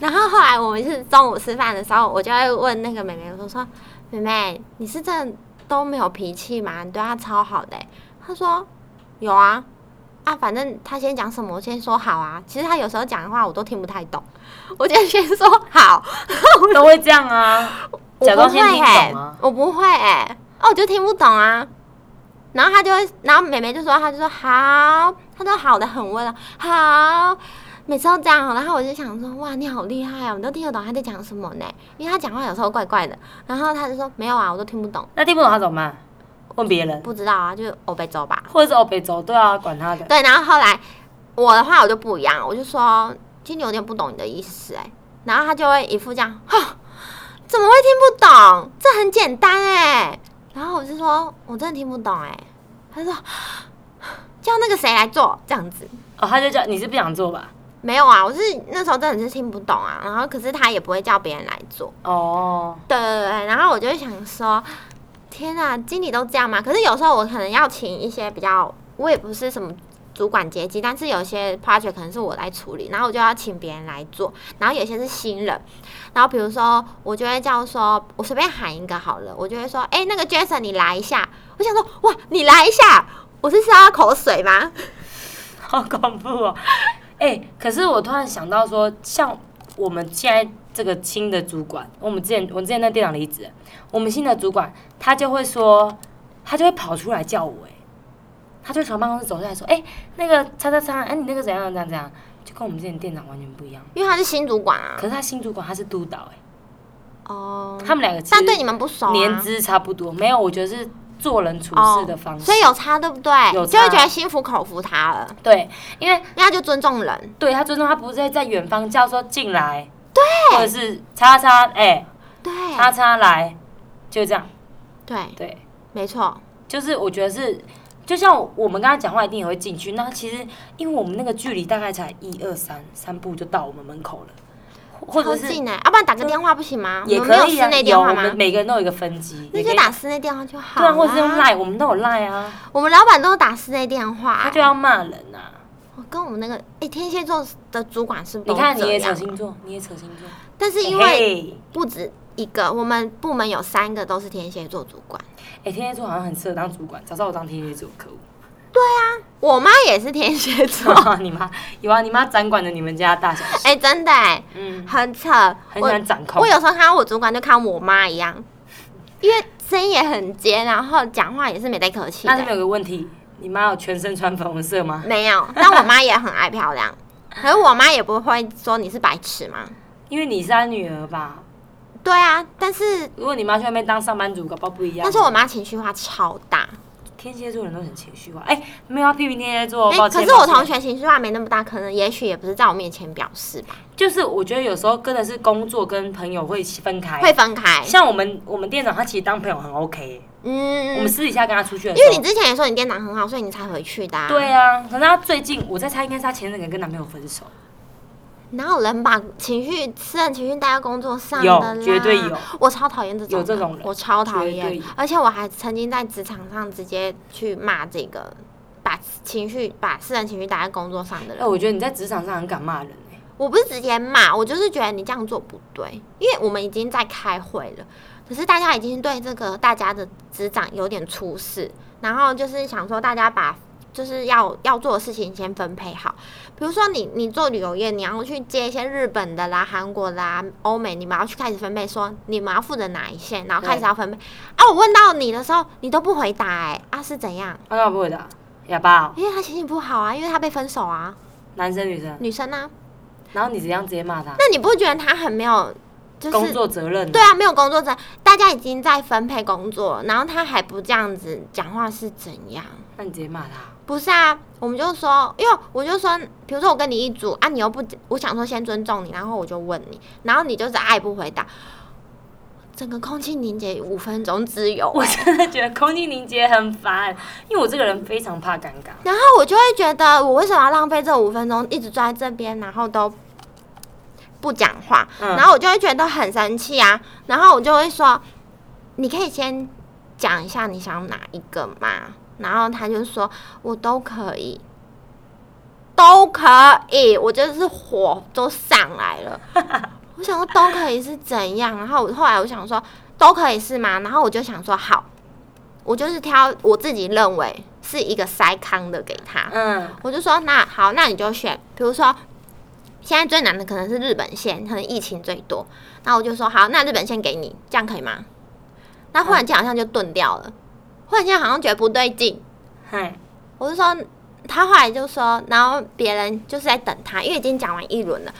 Speaker 1: 然后后来我们是中午吃饭的时候，我就会问那个妹妹，我说：“妹妹，你是真的都没有脾气吗？你对她超好的欸、她说：“有啊，啊，反正她先讲什么，我先说好啊。其实她有时候讲的话我都听不太懂，我就先说好。
Speaker 2: 都会这样啊，
Speaker 1: 我
Speaker 2: 假
Speaker 1: 不
Speaker 2: 装先
Speaker 1: 会
Speaker 2: 听
Speaker 1: 哎、
Speaker 2: 懂啊。
Speaker 1: 我不会哎、哦，我就听不懂啊。然后她就会，然后妹妹就说，她就说好，她都好的很温柔，啊好，每次都这样。啊然后我就想说，哇，你好厉害啊，你都听得懂她在讲什么呢？因为她讲话有时候怪怪的。然后她就说没有啊，我都听不懂，
Speaker 2: 那听不懂他怎么办？问别人，
Speaker 1: 不知道啊，就是欧贝州吧。
Speaker 2: 或者是哦北走，对啊，管他的。
Speaker 1: 对，然后后来我的话我就不一样，我就说今天有点不懂你的意思哎、然后他就会一副这样，哈，怎么会听不懂？这很简单哎、然后我就说我真的听不懂哎、他说叫那个谁来做这样子，
Speaker 2: 哦，他就叫你是不想做吧？
Speaker 1: 没有啊，我是那时候真的是听不懂啊，然后可是他也不会叫别人来做，
Speaker 2: 哦，
Speaker 1: 对对对，然后我就会想说，天啊，经理都这样吗？可是有时候我可能要请一些比较，我也不是什么主管阶级，但是有些 project 可能是我来处理，然后我就要请别人来做，然后有些是新人，然后比如说我就会叫说，我随便喊一个好了，我就会说，哎、那个 Jason 你来一下，我想说，哇，你来一下，我是是要口水吗？
Speaker 2: 好恐怖哦！ (laughs) 哎、可是我突然想到说，像我们现在这个新的主管，我们之前我们之前在店长离职，我们新的主管他就会说，他就会跑出来叫我、哎，他就从办公室走出来说，哎、那个叉叉叉，哎、你那个怎样怎样怎样，就跟我们之前店长完全不一样。
Speaker 1: 因为他是新主管啊
Speaker 2: 可，是他新主管他是督导、哎、
Speaker 1: 哦，
Speaker 2: 他们两个其
Speaker 1: 但对你
Speaker 2: 实
Speaker 1: 们不熟、啊，
Speaker 2: 年资差不多，没有，我觉得是做人处
Speaker 1: 哦
Speaker 2: 事的方式。
Speaker 1: 所以有差对不对？
Speaker 2: 有
Speaker 1: 就会
Speaker 2: 差
Speaker 1: 觉得心服口服他了，
Speaker 2: 对，因为
Speaker 1: 那他就尊重人。
Speaker 2: 对他尊重他，不是在远方叫说进来，对，或者是叉叉哎、
Speaker 1: 对
Speaker 2: 叉叉来，就这样。
Speaker 1: 对，
Speaker 2: 对，
Speaker 1: 没错，
Speaker 2: 就是我觉得是，就像我们刚才讲话一定也会进去，那其实因为我们那个距离大概才一二三三步就到我们门口了，或或
Speaker 1: 超
Speaker 2: 者是
Speaker 1: 近哎，要不然打个电话不行吗？
Speaker 2: 也
Speaker 1: 我们没
Speaker 2: 可
Speaker 1: 有
Speaker 2: 以
Speaker 1: 室
Speaker 2: 啊，
Speaker 1: 内电
Speaker 2: 有
Speaker 1: 话
Speaker 2: 我
Speaker 1: 吗
Speaker 2: 们？每个人都有一个分机，
Speaker 1: 那
Speaker 2: 也可
Speaker 1: 就
Speaker 2: 以
Speaker 1: 打室内电话就好
Speaker 2: 对
Speaker 1: 啦。
Speaker 2: 啊，或者是用赖，我们都有赖啊，
Speaker 1: 我们老板都打室内电话
Speaker 2: 他。就要骂人啊。
Speaker 1: 我跟我们那个哎，天蝎座的主管是不是都
Speaker 2: 你看你
Speaker 1: 这
Speaker 2: 也扯
Speaker 1: 样？
Speaker 2: 星座，你也扯星座，
Speaker 1: 但是因
Speaker 2: 哎
Speaker 1: 为
Speaker 2: 嘿
Speaker 1: 不止一个，我们部门有三个都是天蝎座主管。
Speaker 2: 哎，天蝎座好像很适合当主管，早知道我当天蝎座，可恶。
Speaker 1: 我妈也是天蝎
Speaker 2: (laughs)
Speaker 1: 座，
Speaker 2: 你妈有啊，你妈掌管着你们家大小事，
Speaker 1: 哎、真的、哎，
Speaker 2: 嗯，
Speaker 1: 很扯。
Speaker 2: 很喜
Speaker 1: 我
Speaker 2: 欢掌控
Speaker 1: 我。有时候看到我主管就看我妈一样，因为声音也很尖，然后讲话也是没带客气的、
Speaker 2: 那这边有个问题，你妈有全身穿粉红色吗？
Speaker 1: 没有，但我妈也很爱漂 (laughs) 亮，可是我妈也不会说你是白痴嘛。
Speaker 2: 因为你是她女儿吧？
Speaker 1: 对啊，但是
Speaker 2: 如果你妈去外面当上班族，搞不好不一样。
Speaker 1: 但是我妈情绪化超大，
Speaker 2: 天蝎座人都很情绪化，哎、没有要批评天蝎座，
Speaker 1: 哎、
Speaker 2: 哦抱歉。
Speaker 1: 可是我
Speaker 2: 抱歉
Speaker 1: 同学情绪化没那么大，可能也许也不是在我面前表示吧，
Speaker 2: 就是我觉得有时候真的是工作跟朋友会分开。
Speaker 1: 会分开。
Speaker 2: 哎像我们我们店长他其实当朋友很 OK，、
Speaker 1: 嗯，
Speaker 2: 我们私底下跟他出去的时
Speaker 1: 因
Speaker 2: 候，
Speaker 1: 为你之前也说你店长很好，所以你才回去的、啊。
Speaker 2: 对啊，可是他最近我在猜，应该是他前任跟男朋友分手。
Speaker 1: 哪有人把情绪、私人情绪带到工作上
Speaker 2: 有
Speaker 1: 的啦
Speaker 2: 绝对有。
Speaker 1: 我超讨厌这种
Speaker 2: 有这种人
Speaker 1: 我超讨
Speaker 2: 绝对
Speaker 1: 厌
Speaker 2: 有。
Speaker 1: 而且我还曾经在职场上直接去骂这个把情绪、把私人情绪带在工作上的
Speaker 2: 哎、
Speaker 1: 人。
Speaker 2: 我觉得你在职场上很敢骂人、哎
Speaker 1: 我不是直接骂，我就是觉得你这样做不对，因为我们已经在开会了，可是大家已经对这个大家的职掌有点出事，然后就是想说大家把。就是要要做的事情先分配好，比如说你你做旅游业，你要去接一些日本的啦、韩国啦、欧美，你们要去开始分配说你们要负责哪一线，然后开始
Speaker 2: 对
Speaker 1: 要分配。啊，我问到你的时候，你都不回答、欸，哎，啊是怎样？
Speaker 2: 他干嘛不回答？哑巴、哦，
Speaker 1: 因为他心情不好啊，因为他被分手啊，
Speaker 2: 男生女生，
Speaker 1: 女生啊，
Speaker 2: 然后你怎样直接骂他？
Speaker 1: 那你不觉得他很没有就是
Speaker 2: 工作责任、
Speaker 1: 对，啊，没有工作证，大家已经在分配工作，然后他还不这样子讲话是怎样？
Speaker 2: 那你直接骂他。
Speaker 1: 不是啊，我们就说，因为我就说，比如说我跟你一组啊，你又不，我想说先尊重你，然后我就问你，然后你就是爱不回答，整个空气凝结五分钟之有、
Speaker 2: (laughs) 我
Speaker 1: 欸
Speaker 2: 真的觉得空气凝结很烦，因为我这个人非常怕尴尬。
Speaker 1: 然后我就会觉得，我为什么要浪费这五分钟一直坐在这边，然后都不讲话，
Speaker 2: 嗯
Speaker 1: 然后我就会觉得很生气啊，然后我就会说，你可以先讲一下你想哪一个嘛，然后他就说我都可以，都可以，我就是火都上来了，我想说都可以是怎样，然后我后来我想说都可以是吗？然后我就想说好，我就是挑我自己认为是一个塞康的给他，
Speaker 2: 嗯，
Speaker 1: 我就说那好，那你就选，比如说现在最难的可能是日本线，可能疫情最多。那我就说好，那日本线给你，这样可以吗？那忽然间好像就顿掉了，忽然间好像觉得不对劲，
Speaker 2: 嗨，
Speaker 1: 我就说他后来就说，然后别人就是在等他，因为已经讲完一轮了。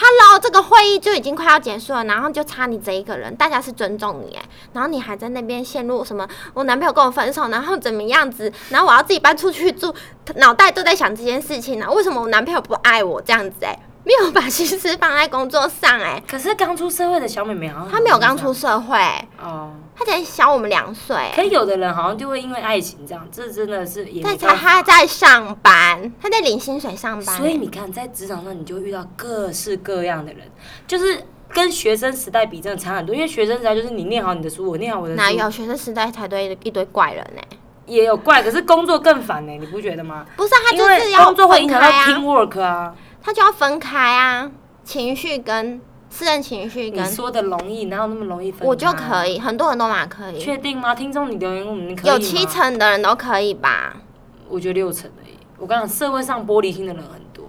Speaker 1: Hello，这个会议就已经快要结束了，然后就差你这一个人，大家是尊重你哎，然后你还在那边陷入什么？我男朋友跟我分手，然后怎么样子？然后我要自己搬出去住，脑袋都在想这件事情呢、为什么我男朋友不爱我这样子哎？没有把心思放在工作上哎，
Speaker 2: 可是刚出社会的小妹妹好像
Speaker 1: 他没有刚出社会，
Speaker 2: 哦，
Speaker 1: 他才小我们两岁哎，
Speaker 2: 可是有的人好像就会因为爱情这样，这真的是也
Speaker 1: 但
Speaker 2: 没
Speaker 1: 他
Speaker 2: 办
Speaker 1: 他
Speaker 2: 法。
Speaker 1: 在上班，他在领薪水上班，
Speaker 2: 所以你看，在职场上你就会遇到各式各样的人，就是跟学生时代比真的差很多。因为学生时代就是你念好你的书，我念好我的
Speaker 1: 哪
Speaker 2: 书，
Speaker 1: 有学生时代才对一堆怪人呢、
Speaker 2: 也有怪，可是工作更烦欸呢、你不觉得吗？
Speaker 1: 不是啊，他
Speaker 2: 因
Speaker 1: 就
Speaker 2: 为
Speaker 1: 是要
Speaker 2: 工作会
Speaker 1: 分
Speaker 2: 影响到
Speaker 1: 开啊，
Speaker 2: teamwork 啊。
Speaker 1: 他就要分开啊，情绪跟私人情绪
Speaker 2: 你
Speaker 1: 跟
Speaker 2: 说的容易，哪有那么容易分？
Speaker 1: 我就可
Speaker 2: 以。
Speaker 1: 以，很多人都嘛可以，
Speaker 2: 确定吗？听众，你留言我们可以吗
Speaker 1: 有七，成的人都可以吧？
Speaker 2: 我觉得六成而已。我刚讲社会上玻璃心的人很多，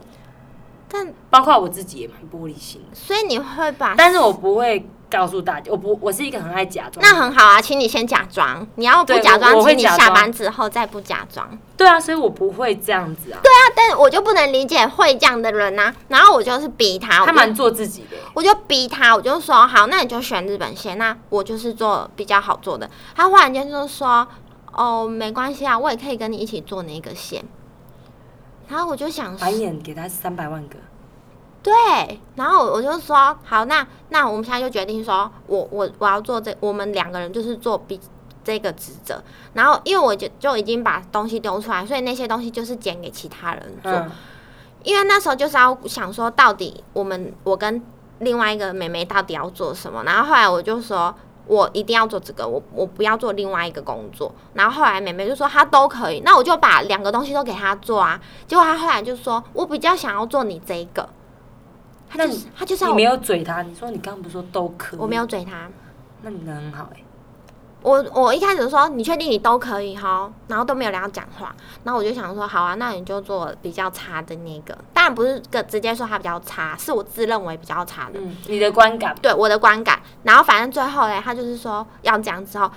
Speaker 1: 但
Speaker 2: 包括我自己也蛮玻璃心的，
Speaker 1: 所以你会把，
Speaker 2: 但是我不会告诉大家，我不，我是一个很爱假装。
Speaker 1: 那很好啊，请你先假装，你要不
Speaker 2: 对
Speaker 1: 假
Speaker 2: 我
Speaker 1: 装，
Speaker 2: 我会
Speaker 1: 请你
Speaker 2: 假
Speaker 1: 下
Speaker 2: 装
Speaker 1: 班之后再不假装。
Speaker 2: 对啊，所以我不会这样子啊。
Speaker 1: 对啊，但我就不能理解会这样的人呐、然后我就是逼他，我
Speaker 2: 他
Speaker 1: 就
Speaker 2: 蛮做自己的欸、
Speaker 1: 我就逼他，我就说好，那你就选日本线，那我就是做比较好做的。他忽然间就说，哦，没关系啊，我也可以跟你一起做那个线。然后我就想，
Speaker 2: 白眼给他三百万个，
Speaker 1: 对，然后我就说好，那那我们现在就决定说，我我我要做这，我们两个人就是做比这个职责。然后因为我就就已经把东西丢出来，所以那些东西就是剪给其他人做。
Speaker 2: 嗯，
Speaker 1: 因为那时候就是要想说，到底我们我跟另外一个妹妹到底要做什么。然后后来我就说，我一定要做这个，我我不要做另外一个工作。然后后来妹妹就说她都可以，那我就把两个东西都给她做啊。结果她后来就说，我比较想要做你这一个。她
Speaker 2: 那
Speaker 1: 就是她就是
Speaker 2: 你
Speaker 1: 要
Speaker 2: 没
Speaker 1: 我，
Speaker 2: 有嘴他，你说你刚刚不是说都可以？
Speaker 1: 我没有，嘴她。
Speaker 2: 那你人很好哎、
Speaker 1: 我我一开始说你确定你都可以哈，然后都没有人要讲话，然后我就想说好啊，那你就做比较差的那个，当然不是个直接说他比较差，是我自认为比较差的，
Speaker 2: 嗯，你的观感，
Speaker 1: 对我的观感。然后反正最后嘞，他就是说要这样之后，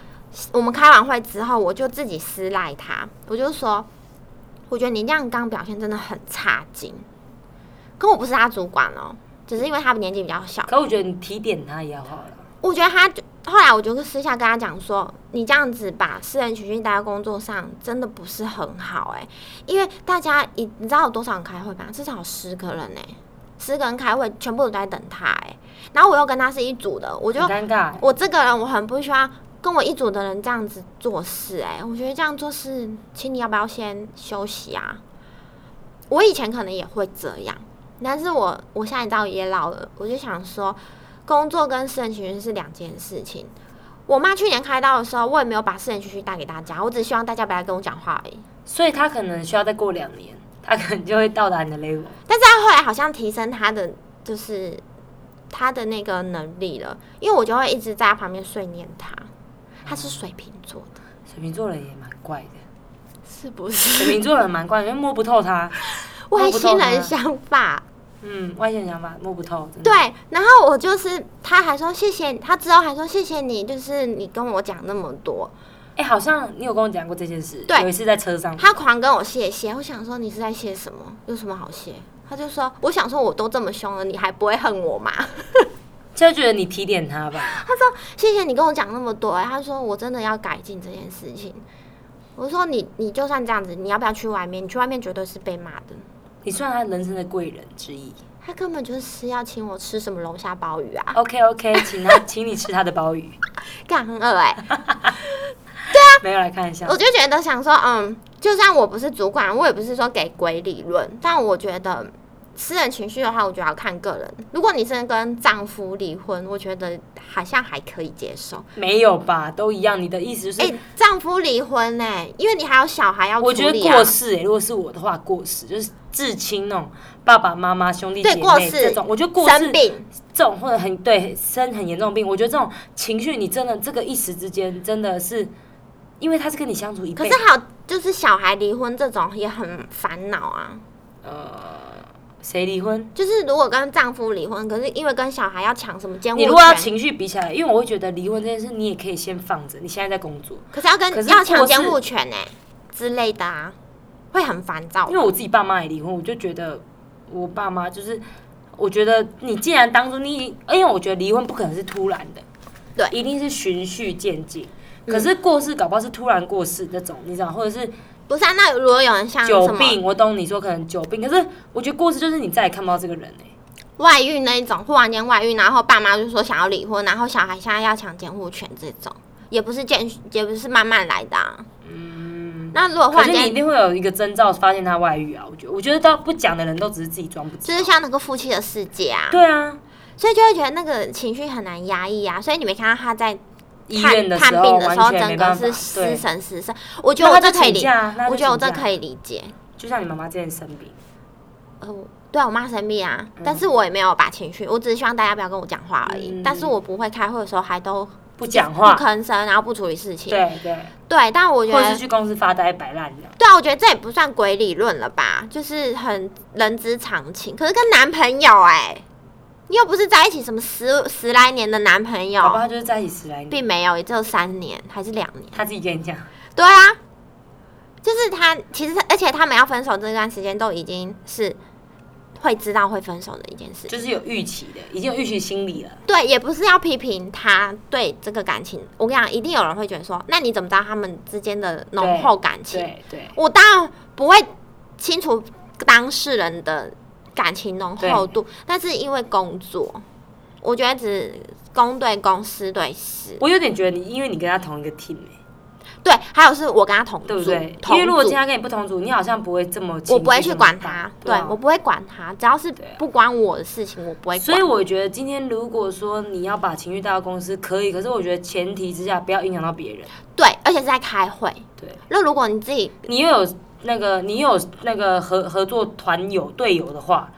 Speaker 1: 我们开完会之后，我就自己私赖他，我就说，我觉得你这样刚表现真的很差劲，可我不是他主管哦，只是因为他年纪比较小，
Speaker 2: 可我觉得你提点他也好啊了，
Speaker 1: 我觉得他就后来我就是私下跟他讲说，你这样子把私人情绪带到工作上，真的不是很好哎、因为大家你你知道有多少人开会吧？至少有十个人哎、十个人开会，全部都在等他哎、然后我又跟他是一组的，我就
Speaker 2: 很尴尬欸、
Speaker 1: 我这个人我很不喜欢跟我一组的人这样子做事、哎，我觉得这样做事，请你要不要先休息啊？我以前可能也会这样，但是我我现在你知道也老了，我就想说，工作跟私人情绪是两件事情。我妈去年开刀的时候，我也没有把私人情绪带给大家，我只希望大家不要跟我讲话而已。
Speaker 2: 所以他可能需要再过两年，他可能就会到达你的 level。
Speaker 1: 但是他后来好像提升他的就是他的那个能力了，因为我就会一直在他旁边碎念他，他是水瓶座的。
Speaker 2: 水瓶座人也蛮怪的，
Speaker 1: 是不是？ (laughs)
Speaker 2: 水瓶座人蛮怪，因为摸不透他，
Speaker 1: 外星人想法，
Speaker 2: 嗯，外星人想法摸不透，真的
Speaker 1: 对。然后我就是，他还说谢谢，他之后还说谢谢你，就是你跟我讲那么多，
Speaker 2: 哎、好像你有跟我讲过这件事，
Speaker 1: 对
Speaker 2: 有一次在车上，
Speaker 1: 他狂跟我谢谢。我想说你是在谢什么？有什么好谢？他就说，我想说我都这么凶了，你还不会恨我吗？ (laughs)
Speaker 2: 就觉得你提点他吧，
Speaker 1: 谢谢你跟我讲那么多、欸。他说我真的要改进这件事情。我说你你就算这样子，你要不要去外面？你去外面绝对是被骂的。
Speaker 2: 你算他人生的贵人之一。
Speaker 1: 他根本就是要请我吃什么龙虾鲍鱼啊！
Speaker 2: OK
Speaker 1: (laughs)
Speaker 2: OK，请他，请你吃他的鲍鱼，
Speaker 1: 干很饿哎、
Speaker 2: 没有来看一下
Speaker 1: 我，就觉得想说，嗯，就算我不是主管，我也不是说给鬼理论，但我觉得私人情绪的话，我觉得要看个人。如果你是跟丈夫离婚，我觉得好像还可以接受。
Speaker 2: 没有吧？都一样。你的意思就是，
Speaker 1: 哎、丈夫离婚呢、因为你还有小孩要处
Speaker 2: 我觉得
Speaker 1: 理啊
Speaker 2: 过。世、欸，如果是我的话，过世就是至亲那种爸爸妈妈、兄弟姐
Speaker 1: 对
Speaker 2: 妹
Speaker 1: 过世
Speaker 2: 这种，我觉得过世
Speaker 1: 生病，
Speaker 2: 这种或者很对生很严重的病，我觉得这种情绪你真的这个一时之间真的是，因为他是跟你相处一
Speaker 1: 可
Speaker 2: 辈
Speaker 1: 是
Speaker 2: 子，
Speaker 1: 好，就是小孩离婚这种也很烦恼啊。
Speaker 2: 呃谁离婚？
Speaker 1: 就是如果跟丈夫离婚，可是因为跟小孩要抢什么监护
Speaker 2: 你如果要
Speaker 1: 权，
Speaker 2: 情绪比起来，因为我会觉得离婚这件事，你也可以先放着，你现在在工作。
Speaker 1: 可是要
Speaker 2: 可
Speaker 1: 跟
Speaker 2: 是
Speaker 1: 要抢
Speaker 2: 过世
Speaker 1: 监护权呢、之类的啊，会很烦躁
Speaker 2: 因。为我自己爸妈也离婚，我就觉得我爸妈就是，我觉得你既然当初你，因为我觉得离婚不可能是突然的，
Speaker 1: 对嗯
Speaker 2: 一定是循序渐进。可是过世搞不好是突然过世那种，你知道，或者是
Speaker 1: 不是啊，那如果有人像
Speaker 2: 久
Speaker 1: 什么啊
Speaker 2: 病，我懂你说可能久病，可是我觉得过世就是你再也看不到这个人哎、
Speaker 1: 外遇那一种，忽然间外遇，然后爸妈就说想要离婚，然后小孩现在要抢监护权这种，也不是见也不是慢慢来的、啊。嗯，那如果忽
Speaker 2: 可
Speaker 1: 然
Speaker 2: 是你一
Speaker 1: 间
Speaker 2: 定会有一个征兆发现他外遇啊，我觉得，我觉得到不讲的人都只是自己装不知
Speaker 1: 就
Speaker 2: 道。
Speaker 1: 是像啊那个夫妻的世界啊，
Speaker 2: 对啊，
Speaker 1: 所以就会觉得那个情绪很难压抑啊，所以你没看到他在
Speaker 2: 医
Speaker 1: 看
Speaker 2: 院的时
Speaker 1: 看
Speaker 2: 候
Speaker 1: 病的时候，
Speaker 2: 完全没
Speaker 1: 整个
Speaker 2: 办法，
Speaker 1: 是
Speaker 2: 对
Speaker 1: 失神失神。我觉得我
Speaker 2: 那
Speaker 1: 这
Speaker 2: 他就
Speaker 1: 可以
Speaker 2: 请
Speaker 1: 理
Speaker 2: 假啊那，他就
Speaker 1: 我觉得我
Speaker 2: 请
Speaker 1: 这
Speaker 2: 假
Speaker 1: 可以理解。
Speaker 2: 就像你妈妈之前生病，
Speaker 1: 呃，我对啊我妈生病啊，但是我也没有把情绪，我只是希望大家不要跟我讲话而已。
Speaker 2: 嗯
Speaker 1: 但是我不会开会的时候还都
Speaker 2: 不讲
Speaker 1: 不
Speaker 2: 话，
Speaker 1: 吭声，然后不处理事情。
Speaker 2: 对对，
Speaker 1: 对，但我觉
Speaker 2: 或者是
Speaker 1: 得，
Speaker 2: 去公司发呆摆烂这样。
Speaker 1: 对啊，我觉得这也不算鬼理论了吧，就是很人之常情。可是跟男朋友哎、你又不是在一起什么十十来年的男朋
Speaker 2: 好
Speaker 1: 友，
Speaker 2: 吧，他就是在一起十来年，
Speaker 1: 并没有，也只有三年还是两年。
Speaker 2: 他自己跟你讲，
Speaker 1: 对啊，就是他其实，而且他们要分手这段时间都已经是会知道会分手的一件事。
Speaker 2: 就是有预期的，已经有预期心理了。
Speaker 1: 对，也不是要批评他对这个感情。我跟你讲，一定有人会觉得说，那你怎么知道他们之间的浓厚感情？
Speaker 2: 对对
Speaker 1: 我当然不会清楚当事人的感情浓厚度，但是因为工作，我觉得只公对公，私对私。
Speaker 2: 我有点觉得你，因为你跟他同一个 team，、欸、
Speaker 1: 对，还有是我跟他同
Speaker 2: 对不
Speaker 1: 住
Speaker 2: 对？
Speaker 1: 同
Speaker 2: 因为如果
Speaker 1: 住
Speaker 2: 今天跟你不同组，你好像不会这么情绪这么大，
Speaker 1: 我不会去管他，对
Speaker 2: 啊
Speaker 1: 我不会管他，只要是
Speaker 2: 啊
Speaker 1: 不关我的事情，我不会
Speaker 2: 所以
Speaker 1: 管。
Speaker 2: 我觉得今天如果说你要把情绪带到公司，可以，可是我觉得前提之下不要影响到别人。
Speaker 1: 对，而且是在开会。
Speaker 2: 对，
Speaker 1: 那如果你自己
Speaker 2: 你又有那个，你又有那个合合作团友队友的话，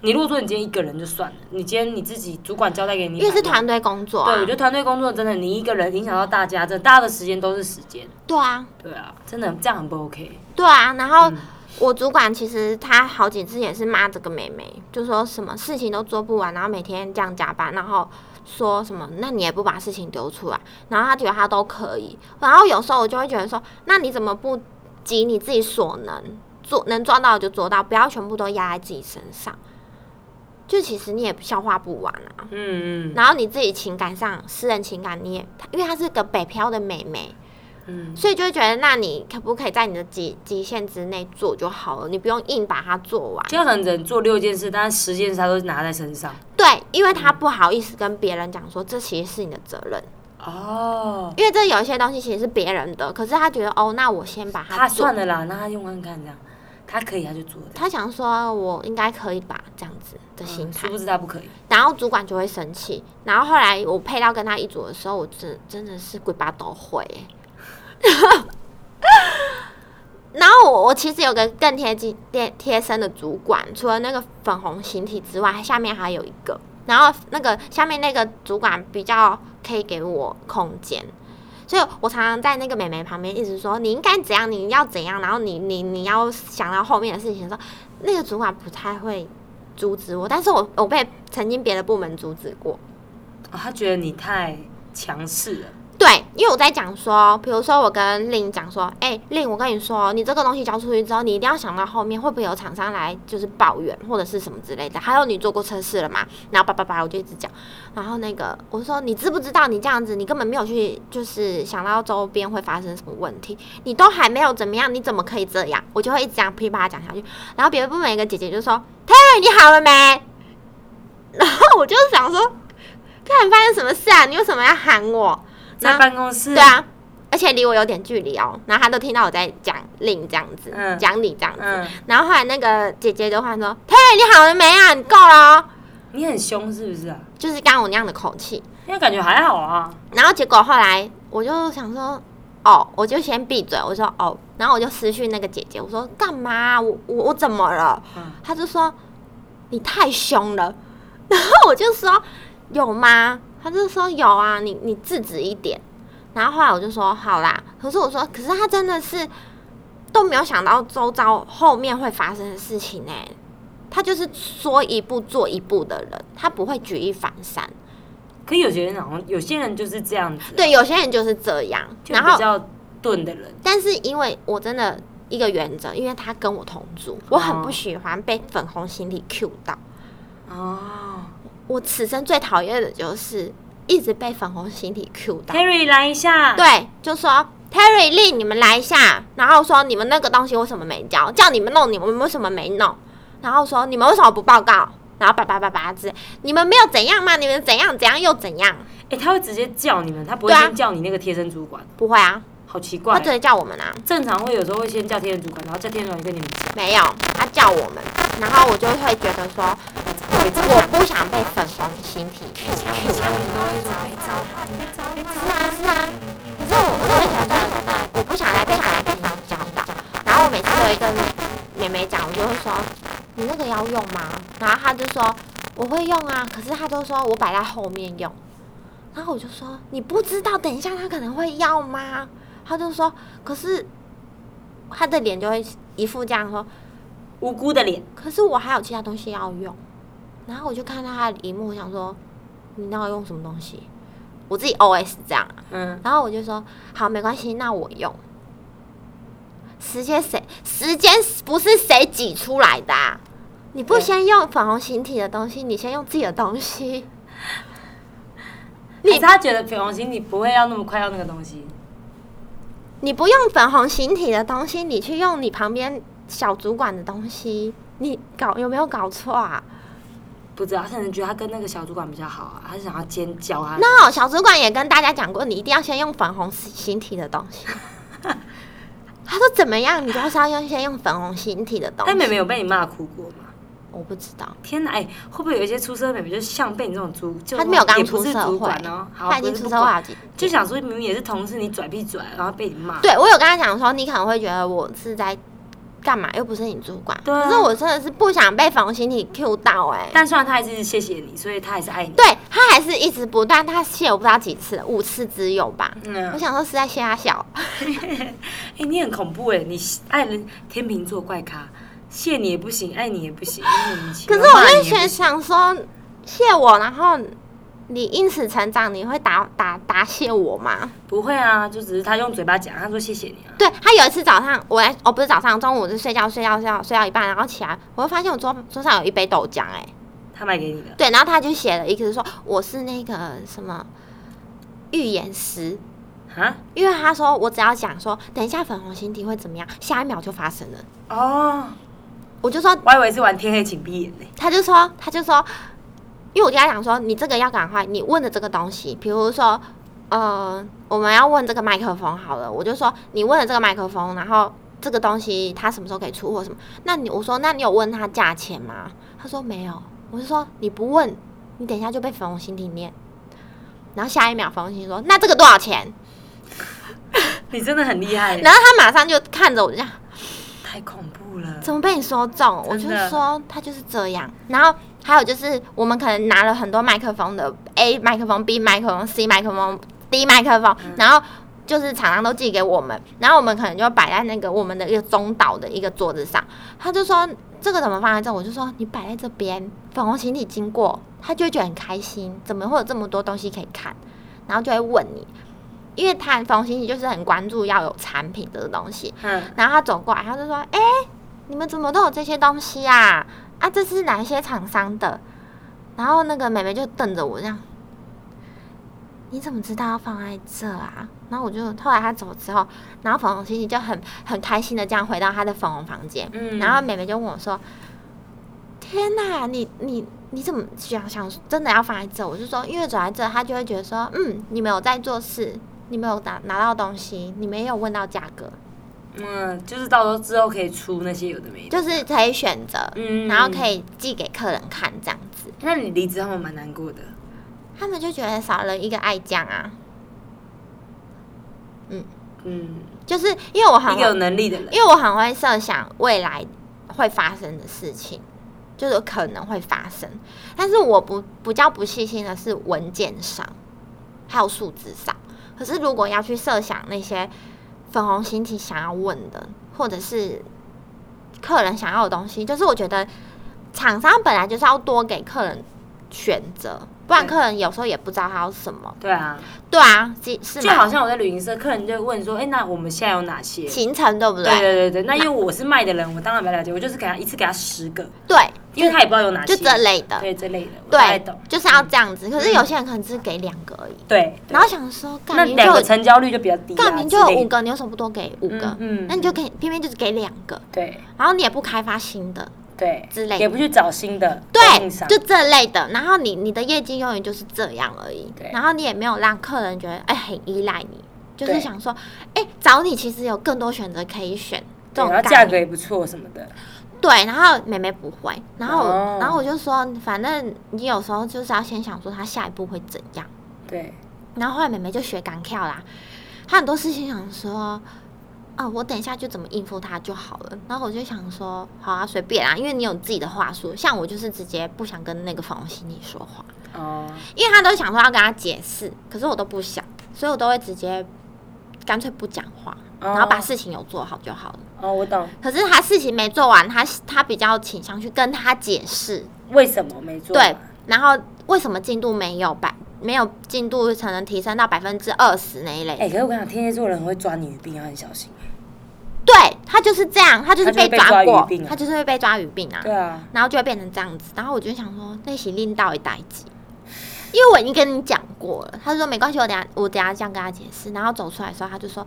Speaker 2: 你如果说你今天一个人就算了，你今天你自己主管交代给你，
Speaker 1: 因为是团队工作
Speaker 2: 对，
Speaker 1: 啊
Speaker 2: 我觉，得团队工作真的，你一个人影响到大家，真的大家的时间都是时间。
Speaker 1: 对啊，
Speaker 2: 对啊，真的这样很不 OK。
Speaker 1: 对啊。然后我主管其实他好几次也是骂这个妹妹，就说什么事情都做不完，然后每天这样加班，然后说什么那你也不把事情丢出来，然后他觉得他都可以。然后有时候我就会觉得说，那你怎么不及你自己所能做，能做到的就做到，不要全部都压在自己身上。就其实你也消化不完啊，
Speaker 2: 嗯嗯
Speaker 1: 然后你自己情感上、私人情感你也，因为她是个北漂的妹妹，
Speaker 2: 嗯，
Speaker 1: 所以就会觉得，那你可不可以在你的极极限之内做就好了，你不用硬把它做完。
Speaker 2: 就可能只能做六件事，但是十件事他都拿在身上。
Speaker 1: 对，因为她不好意思跟别人讲说，这其实是你的责任，
Speaker 2: 哦，
Speaker 1: 因为这有一些东西其实是别人的，可是她觉得哦，那我先把它
Speaker 2: 他
Speaker 1: 做。
Speaker 2: 算了啦，那他用看看这样，他可以他就做这样
Speaker 1: 她想说，我应该可以吧，这样子的心
Speaker 2: 嗯
Speaker 1: 态
Speaker 2: 殊。不知他不可以。
Speaker 1: 然后主管就会生气。然后后来我配到跟他一组的时候，我真真的是鬼巴都会 (laughs) 欸。然后我我其实有个更贴近贴贴身的主管，除了那个粉红形体之外，下面还有一个。然后那个下面那个主管比较可以给我空间，所以我常常在那个美眉旁边一直说你应该怎样，你要怎样，然后你你你要想到后面的事情的时候，那个主管不太会阻止我，但是我我被曾经别的部门阻止过。
Speaker 2: 哦，他觉得你太强势了。
Speaker 1: 对，因为我在讲说，比如说我跟令讲说，哎、令，我跟你说，你这个东西交出去之后，你一定要想到后面会不会有厂商来就是抱怨或者是什么之类的。还有你做过测试了嘛？然后叭叭叭，我就一直讲。然后那个我说，你知不知道你这样子，你根本没有去就是想到周边会发生什么问题，你都还没有怎么样，你怎么可以这样？我就会一直这样噼啪讲下去。然后别的部门有一个姐姐就说，Terry 你好了没？ (laughs) 然后我就想说，看你发生什么事啊？你为什么要喊我？
Speaker 2: 在
Speaker 1: 那
Speaker 2: 办公室，
Speaker 1: 对，啊，而且离我有点距离哦。然后他都听到我在讲令这样子，
Speaker 2: 嗯
Speaker 1: 讲、你这样子。
Speaker 2: 嗯，
Speaker 1: 然后后来那个姐姐就换说：“嘿，你好了没啊？你够了、哦。
Speaker 2: 你很凶是不是啊？”
Speaker 1: 就是刚刚我那样的口气。
Speaker 2: 因为感觉还好啊，
Speaker 1: 然后结果后来我就想说。哦，我就先闭嘴，我说哦，然后我就私讯那个姐姐，我说干嘛？我我我怎么了？
Speaker 2: 嗯，
Speaker 1: 她就说你太凶了， (laughs) 然后我就说有吗？她就说有啊，你你制止一点。然后后来我就说好啦，可是我说，可是她真的是都没有想到周遭后面会发生的事情哎、她就是说一步做一步的人，她不会举一反三。
Speaker 2: 可有些人好像有些人就是这样子，，
Speaker 1: 对，有些人就是这样，
Speaker 2: 就
Speaker 1: 然
Speaker 2: 比
Speaker 1: 后
Speaker 2: 较钝的人，
Speaker 1: 但是因为我真的一个原则，因为他跟我同住，我很不
Speaker 2: 哦
Speaker 1: 喜欢被粉红心理 Q 到。
Speaker 2: 哦
Speaker 1: 我此生最讨厌的就是一直被粉红心理 Q 到。
Speaker 2: ，Terry 来一下，，
Speaker 1: 对，就说 Terry Lee，你们来一下，然后说你们那个东西为什么没交，叫你们弄，你们为什么没弄？然后说你们为什么不报告？然后叭叭叭叭之类，你们没有怎样吗？你们怎样怎样又怎样？
Speaker 2: 哎，他会直接叫你们，他不会
Speaker 1: 对啊
Speaker 2: 先叫你那个贴身主管，
Speaker 1: 不会啊，
Speaker 2: 好奇
Speaker 1: 他
Speaker 2: 怪
Speaker 1: 直，接叫我们啊。
Speaker 2: 正常会有时候会先叫贴身主管，然后叫贴身主管跟你们讲，
Speaker 1: 没有，他叫我们，然后我就会觉得说，我不想被粉红心体。是啊是啊，可是我我会觉得我不想来被哪个地方教导，然后我每次都会跟妹妹讲，我就会说你那个要用吗？然后她就说我会用啊，可是她都说我摆在后面用，然后我就说你不知道，等一下她可能会要吗？她就说可是她的脸就会一副这样说，
Speaker 2: 无辜的脸，
Speaker 1: 可是我还有其他东西要用，然后我就看到她的荧幕，我想说你那要用什么东西？我自己 OS 这样啊。
Speaker 2: 嗯，
Speaker 1: 然后我就说好，没关系，那我用。时间谁时间不是谁挤出来的、啊，你不先用粉红形体的东西，你先用自己的东西。
Speaker 2: 你他觉得粉红心你不会要那么快要那个东西，
Speaker 1: 你不用粉红形体的东西，你去用你旁边小主管的东西，你搞有没有搞错啊？
Speaker 2: 不知道，他可能觉得他跟那个小主管比较好啊，他是想要尖叫啊。
Speaker 1: 那小主管也跟大家讲过，你一定要先用粉红形体的东
Speaker 2: (laughs)
Speaker 1: 西。他说怎么样，你就是要用先用粉红形体的东西。
Speaker 2: 哎，妹妹有被你骂哭过吗？
Speaker 1: 我不知道，
Speaker 2: 天哪，哎，会不会有一些出社会妹妹就是像被你这种主，就
Speaker 1: 他没有刚
Speaker 2: 也不
Speaker 1: 出
Speaker 2: 是
Speaker 1: 社
Speaker 2: 主
Speaker 1: 会
Speaker 2: 管哦，，好
Speaker 1: 他已经
Speaker 2: 不是
Speaker 1: 出
Speaker 2: 不
Speaker 1: 社会啊
Speaker 2: 管
Speaker 1: 好几年
Speaker 2: 就想说明明也是同事，你拽屁拽，然后被你骂。
Speaker 1: 对我有跟他讲说，你可能会觉得我是在干嘛，又不是你主管。
Speaker 2: 对啊
Speaker 1: 可
Speaker 2: 嗯
Speaker 1: 是我真的是不想被粉红心体 Q 到哎、
Speaker 2: 但虽然他还是谢谢你，所以他还是爱你。
Speaker 1: 对他还是一直不断，他谢我不知道几次了，五次之有吧。
Speaker 2: 嗯
Speaker 1: 我，想说是在谢他笑，
Speaker 2: 哎、你很恐怖哎，你爱人天秤座怪咖，谢你也不行，爱你也不行，莫名其
Speaker 1: 可
Speaker 2: 妙
Speaker 1: 是我
Speaker 2: 骂
Speaker 1: 就
Speaker 2: 你也
Speaker 1: 觉
Speaker 2: 不
Speaker 1: 得
Speaker 2: 行
Speaker 1: 想说谢我，然后你因此成长，你会答答答谢我吗？
Speaker 2: 不会啊，就只是他用嘴巴讲，他说谢谢你啊。
Speaker 1: 对他有一次早上，我来哦不是早上，中午就睡觉睡觉睡觉睡到一半，然后起来，我会发现我桌桌上有一杯豆浆哎、
Speaker 2: 他买给你的，
Speaker 1: 对，然后他就写了一个说我是那个什么预言师，
Speaker 2: 啊？
Speaker 1: 因为他说我只要讲说等一下粉红心体会怎么样，下一秒就发生了。
Speaker 2: 哦，
Speaker 1: 我就说，
Speaker 2: 我还以为是玩天黑请闭眼呢。
Speaker 1: 他就说，他就说，因为我跟他讲说，你这个要赶快，你问的这个东西，比如说，呃，我们要问这个麦克风好了，我就说你问了这个麦克风，然后这个东西它什么时候可以出货什么？那你我说那你有问他价钱吗？他说没有，我就说你不问，你等一下就被粉红心体念。然后下一秒，粉红心说：“那这个多少钱
Speaker 2: 你真的很厉？”害耶，
Speaker 1: 然后他马上就看着我，这样
Speaker 2: 太恐怖了。
Speaker 1: 怎么被你说中？我就
Speaker 2: 嗯真的
Speaker 1: 说他就是这样。然后还有就是，我们可能拿了很多麦克风的 A 麦克风、B 麦克风、C 麦克风、D 麦克风，
Speaker 2: 嗯
Speaker 1: 然后就是厂商都寄给我们，然后我们可能就摆在那个我们的一个中岛的一个桌子上。他就说这个怎么放在这？我就说你摆在这边，粉红形体经过，他就会觉得很开心，怎么会有这么多东西可以看？然后就会问你，因为他粉红形体就是很关注要有产品这个东西，
Speaker 2: 嗯，
Speaker 1: 然后他走过来，他就说：“哎、你们怎么都有这些东西啊？啊，这是哪些厂商的？”然后那个妹妹就瞪着我这样：“你怎么知道要放在这啊？”然后我就后来他走之后，然后粉红心情就很很开心的这样回到她的粉红房间。
Speaker 2: 嗯
Speaker 1: 然后妹妹就问我说：“天哪，你你你怎么想想真的要放在这？”我就说：“因为走在这，她就会觉得说，嗯，你们有在做事，你们有拿拿到东西，你们也有问到价格。”
Speaker 2: 嗯，就是到时候之后可以出那些有的没的。
Speaker 1: 就是可以选择，
Speaker 2: 嗯
Speaker 1: 然后可。以寄给客人看这样子，
Speaker 2: 那你离职他们蛮难过的。
Speaker 1: 他们就觉得少了一个爱酱啊，
Speaker 2: 嗯，
Speaker 1: 就是因为我很
Speaker 2: 一个有
Speaker 1: 会，
Speaker 2: 能力的人。
Speaker 1: 因为我很会设想未来会发生的事情，就是可能会发生，但是我不比较不细心的是文件上，还有数字上，可是如果要去设想那些粉红心体想要问的，或者是客人想要的东西，就是我觉得厂商本来就是要多给客人选择，不然
Speaker 2: 对
Speaker 1: 客人有时候也不知道他要什么。
Speaker 2: 对啊，
Speaker 1: 对啊，是是
Speaker 2: 就
Speaker 1: 吗？
Speaker 2: 好像我在旅行社，客人就会问说：“哎、那我们现在有哪些？”
Speaker 1: 行程对不
Speaker 2: 对
Speaker 1: 对？
Speaker 2: 对对对，那因为我是卖的人，我当然比较了解，我就是给他一次给他十个，
Speaker 1: 对，
Speaker 2: 因为他也不知道有哪些，
Speaker 1: 就这类的，
Speaker 2: 对这类的，我大概
Speaker 1: 对
Speaker 2: 懂，，
Speaker 1: 就是要这样子。可是有些人可能只给两个而已，
Speaker 2: 对，对
Speaker 1: 然后想说，
Speaker 2: 那
Speaker 1: 干明
Speaker 2: 两个
Speaker 1: 就
Speaker 2: 成交率就比较低、啊，
Speaker 1: 干明就
Speaker 2: 之
Speaker 1: 有
Speaker 2: 类的
Speaker 1: 五，个，你为什么不多给五个？
Speaker 2: 嗯嗯
Speaker 1: 那你就给偏偏就是给两个，
Speaker 2: 对
Speaker 1: 然后你也不开发新的，
Speaker 2: 对
Speaker 1: 之类的
Speaker 2: 也不去找新的供
Speaker 1: 对
Speaker 2: 应商，
Speaker 1: 就这类的。然后你你的业绩永远就是这样而已
Speaker 2: 对，
Speaker 1: 然后你也没有让客人觉得哎很依赖你，就是
Speaker 2: 对
Speaker 1: 想说，哎找你其实有更多选择可以选，这
Speaker 2: 对，
Speaker 1: 种
Speaker 2: 然后
Speaker 1: 概
Speaker 2: 价
Speaker 1: 念
Speaker 2: 格也不错什么的，
Speaker 1: 对，然后妹妹不会，然后我、
Speaker 2: 哦
Speaker 1: 然后我就说，反正你有时候就是要先想说她下一步会怎样。
Speaker 2: 对，
Speaker 1: 然后后来妹妹就学敢跳啦，她很多事情想说，啊，我等一下就怎么应付她就好了。然后我就想说，好啊，随便啦，因为你有自己的话术。像我就是直接不想跟那个粉红心理说话，
Speaker 2: 哦，
Speaker 1: 因为她都想说要跟她解释，可是我都不想，所以我都会直接干脆不讲话，
Speaker 2: 哦
Speaker 1: 然后把事情有做好就好了。
Speaker 2: 哦，我懂
Speaker 1: 可是他事情没做完，他他比较倾向去跟他解释，
Speaker 2: 为什么没做
Speaker 1: 对
Speaker 2: 完，
Speaker 1: 然后为什么进度没有百没有进度才能提升到百分之二十那一类，
Speaker 2: 啊哎、可是我跟你讲，天蝎座人会抓你的病，要很小心。
Speaker 1: 对他就是这样，他就是
Speaker 2: 他就会被抓
Speaker 1: 抓过
Speaker 2: 鱼病啊，
Speaker 1: 他就是会被抓鱼病啊。
Speaker 2: 对啊，
Speaker 1: 然后就会变成这样子。然后我就想说，那行令到底代几？因为我已经跟你讲过了，他就说没关系，我等下我等下这样跟他解释。然后走出来的时候，他就说，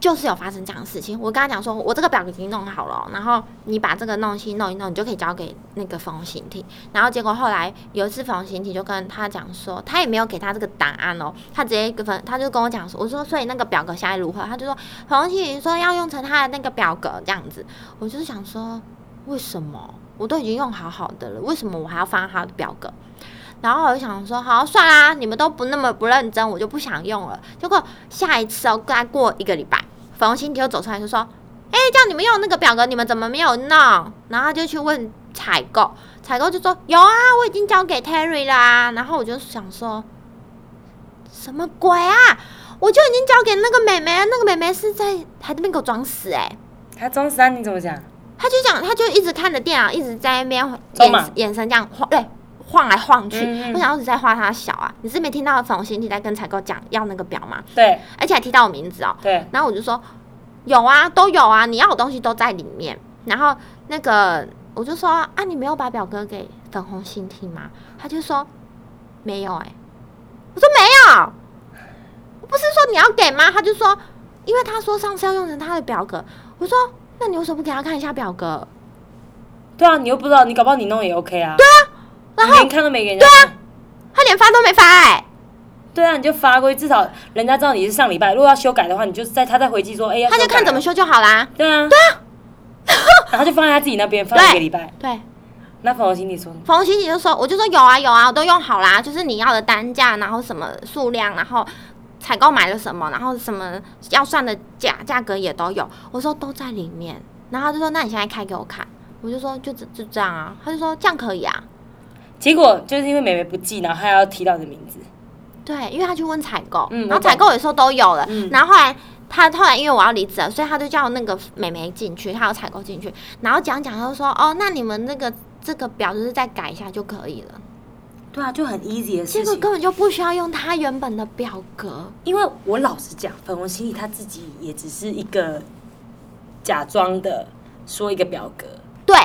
Speaker 1: 就是有发生这样的事情。我跟他讲说，我这个表格已经弄好了哦、然后你把这个弄西弄一弄，你就可以交给那个冯形体。然后结果后来有一次冯形体就跟他讲说，他也没有给他这个答案哦，他直接跟冯他就跟我讲说，我说所以那个表格现在如何？他就说冯形体说要用成他的那个表格这样子。我就是想说，为什么我都已经用好好的了，为什么我还要放他的表格？然后我就想说，好，算啦，你们都不那么不认真，我就不想用了。结果下一次哦，再过一个礼拜，粉红心体又走出来就说，哎、叫你们用那个表格，你们怎么没有弄？然后他就去问采购，采购就说有啊，我已经交给 Terry 啦、然后我就想说，什么鬼啊？我就已经交给那个妹妹了，那个妹妹是在还在那边给我装死哎、
Speaker 2: 他中山你怎么讲？
Speaker 1: 他就讲，他就一直看着电脑，一直在那边眼
Speaker 2: 装忙
Speaker 1: 眼神这样晃，对，晃来晃去。
Speaker 2: 嗯嗯
Speaker 1: 我想一直在画他小啊，你是没听到冯欣体在跟采购讲要那个表吗？
Speaker 2: 对
Speaker 1: 而且还提到我名字哦。
Speaker 2: 对，
Speaker 1: 然后我就说有啊，都有啊，你要的东西都在里面。然后那个我就说啊，你没有把表格给粉红心听吗？他就说没有哎、我说没有，啊我不是说你要给吗？他就说，因为他说上次要用成他的表格，我说那你为什么不给他看一下表格？
Speaker 2: 对啊，你又不知道，你搞不好你弄也 OK 啊。对啊，
Speaker 1: 然
Speaker 2: 你连看都没给人家看。
Speaker 1: 啊他连发都没发哎、
Speaker 2: 对啊，你就发过去，至少人家知道你是上礼拜。如果要修改的话，你就在他再回击说，哎、要
Speaker 1: 他就
Speaker 2: 修改
Speaker 1: 看怎么
Speaker 2: 了
Speaker 1: 修就好啦。
Speaker 2: 对啊，对啊，然后就放在他自己那边，放一个礼拜。
Speaker 1: 对，
Speaker 2: 那粉红心你说呢，
Speaker 1: 冯欣姐就说，我就说有啊有啊，我都用好啦，就是你要的单价，然后什么数量，然后采购买了什么，然后什么要算的价价格也都有，我说都在里面。然后他就说，那你现在开给我看，我就说就只就这样啊，他就说这样可以啊，
Speaker 2: 结果就是因为妹妹不记，然后她要提到你的名字，
Speaker 1: 对，因为他去问采购，
Speaker 2: 嗯
Speaker 1: 然
Speaker 2: 我
Speaker 1: 后
Speaker 2: 懂
Speaker 1: 采购也说都有了，
Speaker 2: 嗯
Speaker 1: 然后后来他后来因为我要离职了，所以他就叫那个美眉进去，他有采购进去，然后讲讲他就说哦，那你们那个这个表就是再改一下就可以了，
Speaker 2: 对啊，就很 easy 的
Speaker 1: 结
Speaker 2: 事
Speaker 1: 果
Speaker 2: 情。
Speaker 1: 根本就不需要用他原本的表格，
Speaker 2: 因为我老实讲，粉红心里她自己也只是一个假装的说一个表格，
Speaker 1: 对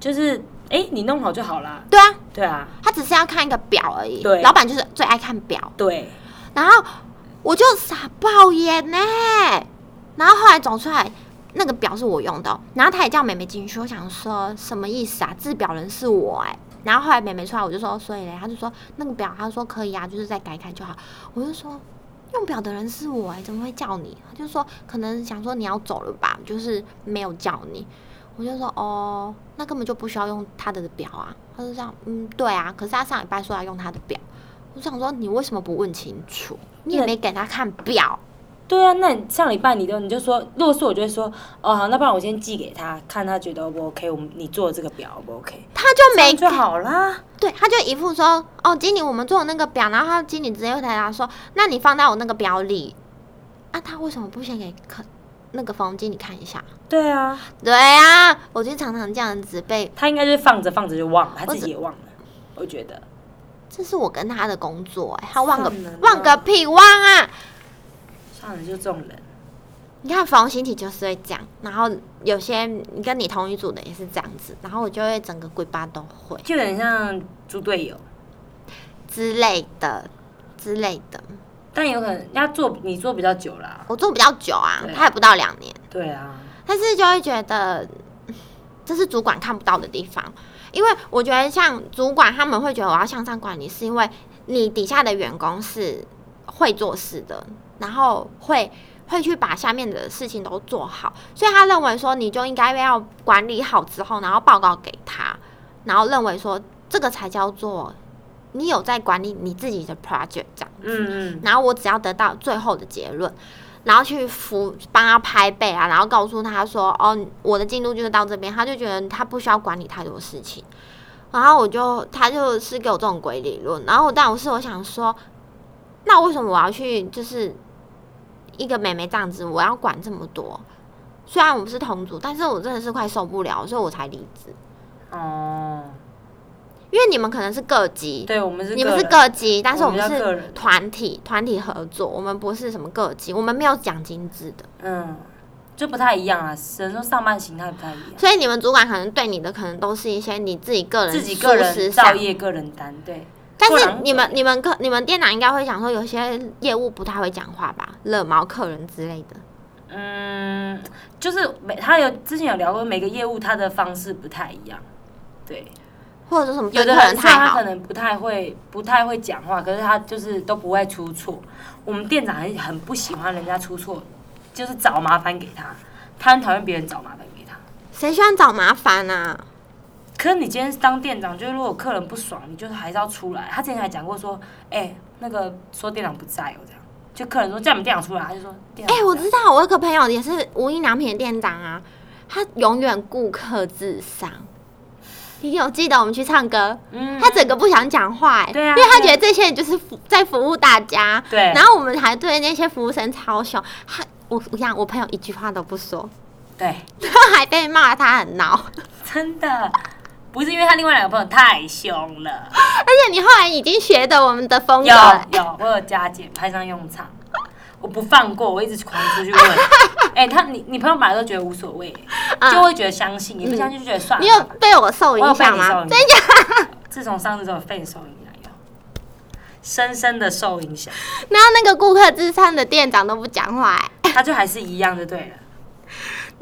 Speaker 2: 就是哎、你弄好就好啦。
Speaker 1: 对啊，
Speaker 2: 对啊，
Speaker 1: 他只是要看一个表而已，
Speaker 2: 对
Speaker 1: 老板就是最爱看表，
Speaker 2: 对，
Speaker 1: 然后我就傻爆眼呢、然后后来走出来。那个表是我用的哦、然后他也叫妹妹进去，我想说什么意思啊？制表人是我哎、然后后来妹妹出来，我就说所以嘞，他就说那个表，他说可以啊，就是再改一改就好。我就说用表的人是我哎、怎么会叫你？他就说可能想说你要走了吧，就是没有叫你。我就说哦，那根本就不需要用他的表啊。他就这样，嗯，对啊。可是他上礼拜说要用他的表，我想说你为什么不问清楚？你也
Speaker 2: 对
Speaker 1: 没给他看表，
Speaker 2: 对啊，那你上礼拜你都你就说，如果是我就会说，哦好，那不然我先寄给他，看他觉得 O 不 OK，我们你做的这个表 O 不 OK，
Speaker 1: 他就
Speaker 2: 这
Speaker 1: 没
Speaker 2: 样就好啦。
Speaker 1: 对，他就一副说：“哦，经理，我们做那个表。”然后他经理直接回答说：“那你放在我那个表里。”啊，他为什么不先给客那个房经理看一下？
Speaker 2: 对啊，
Speaker 1: 对啊，我就常常这样子被，
Speaker 2: 他应该就是放着放着就忘了，他
Speaker 1: 我
Speaker 2: 自己
Speaker 1: 只
Speaker 2: 也忘了，我觉得。
Speaker 1: 这是我跟他的工作、欸，他忘个
Speaker 2: 算了啦
Speaker 1: 忘个屁忘啊！
Speaker 2: 算了，就这种人。
Speaker 1: 你看房形体就是会这样，然后有些跟你同一组的也是这样子，然后我就会整个鬼巴都会
Speaker 2: 就有点像猪队友，
Speaker 1: 之类的之类的。
Speaker 2: 但有可能人家做你做比较久啦。
Speaker 1: 我做比较久啊
Speaker 2: 对，啊
Speaker 1: 他也不到两年。
Speaker 2: 对啊，
Speaker 1: 但是就会觉得嗯这是主管看不到的地方，因为我觉得像主管他们会觉得我要向上管理，是因为你底下的员工是会做事的，然后会。会去把下面的事情都做好，所以他认为说你就应该要管理好之后，然后报告给他，然后认为说这个才叫做你有在管理你自己的 project 这样。
Speaker 2: 嗯嗯，
Speaker 1: 然后我只要得到最后的结论，然后去扶帮他拍背啊，然后告诉他说，哦，我的进度就是到这边，他就觉得他不需要管理太多事情。然后我就他就是给我这种鬼理论，然后我但我是我想说，那为什么我要去就是一个妹妹这样子，我要管这么多？虽然我们是同组，但是我真的是快受不了，所以我才离职。
Speaker 2: 哦，
Speaker 1: 因为你们可能是各级，
Speaker 2: 对，我们是
Speaker 1: 你们是
Speaker 2: 人，
Speaker 1: 各级，但是
Speaker 2: 我
Speaker 1: 我
Speaker 2: 们
Speaker 1: 们
Speaker 2: 比较个
Speaker 1: 是
Speaker 2: 人
Speaker 1: 团体，团体合作，我们不是什么个级，我们没有奖金制的。
Speaker 2: 嗯，就不太一样啊，只能说上班形态不太一样。
Speaker 1: 所以你们主管可能对你的可能都是一些你自己个人
Speaker 2: 自己个
Speaker 1: 舒适
Speaker 2: 人
Speaker 1: 上
Speaker 2: 造业，个人单，对。
Speaker 1: 但
Speaker 2: 不
Speaker 1: 是
Speaker 2: 然
Speaker 1: 你们你们客你们店长应该会想说，有些业务不太会讲话吧，惹毛客人之类的。
Speaker 2: 嗯，就是每他有之前有聊过，每个业务他的方式不太一样，对，
Speaker 1: 或者说什么对
Speaker 2: 有的
Speaker 1: 客
Speaker 2: 很
Speaker 1: 人
Speaker 2: 菜
Speaker 1: 太
Speaker 2: 他
Speaker 1: 好
Speaker 2: 可，能不太会不太会讲话，可是他就是都不会出错。我们店长很很不喜欢人家出错，就是找麻烦给他，他很讨厌别人找麻烦给他。
Speaker 1: 谁喜欢找麻烦啊？
Speaker 2: 可是你今天当店长，就是如果客人不爽，你就是还是要出来。他之前还讲过说，哎、那个说店长不在哦，这样就客人说叫你们店长出来，他就说店
Speaker 1: 哎、
Speaker 2: 长不
Speaker 1: 我
Speaker 2: 在
Speaker 1: 知道，我有个朋友也是无印良品的店长啊，他永远顾客至上。你有记得我们去唱歌，
Speaker 2: 嗯，
Speaker 1: 他整个不想讲话、哎，
Speaker 2: 对啊
Speaker 1: 因为他
Speaker 2: 对
Speaker 1: 觉得这些人就是服在服务大家，
Speaker 2: 对，
Speaker 1: 然后我们还对那些服务生超凶，他我我想我朋友一句话都不说， (laughs)
Speaker 2: 对，
Speaker 1: 他还被骂他很闹，而
Speaker 2: 真的不是因为他另外两个朋友太凶了，
Speaker 1: 且你后来已经学的我们的风格
Speaker 2: 有
Speaker 1: 了，
Speaker 2: 有，我有加减派上用场，我不放过，我一直狂出
Speaker 1: (laughs)
Speaker 2: 去问。哎、他你你朋友本来都觉得无所谓，
Speaker 1: 嗯
Speaker 2: 就会觉得相信，你不相信就觉得算了。
Speaker 1: 你有被我受
Speaker 2: 我有
Speaker 1: 影
Speaker 2: 被
Speaker 1: 响
Speaker 2: 你受
Speaker 1: 吗？
Speaker 2: 影
Speaker 1: 真
Speaker 2: 响
Speaker 1: 假？
Speaker 2: (laughs) 自从上次之后被你受影响以后，深深的受影响，
Speaker 1: 然后那个顾客至上的店长都不讲话、哎
Speaker 2: 他就还是一样就对了。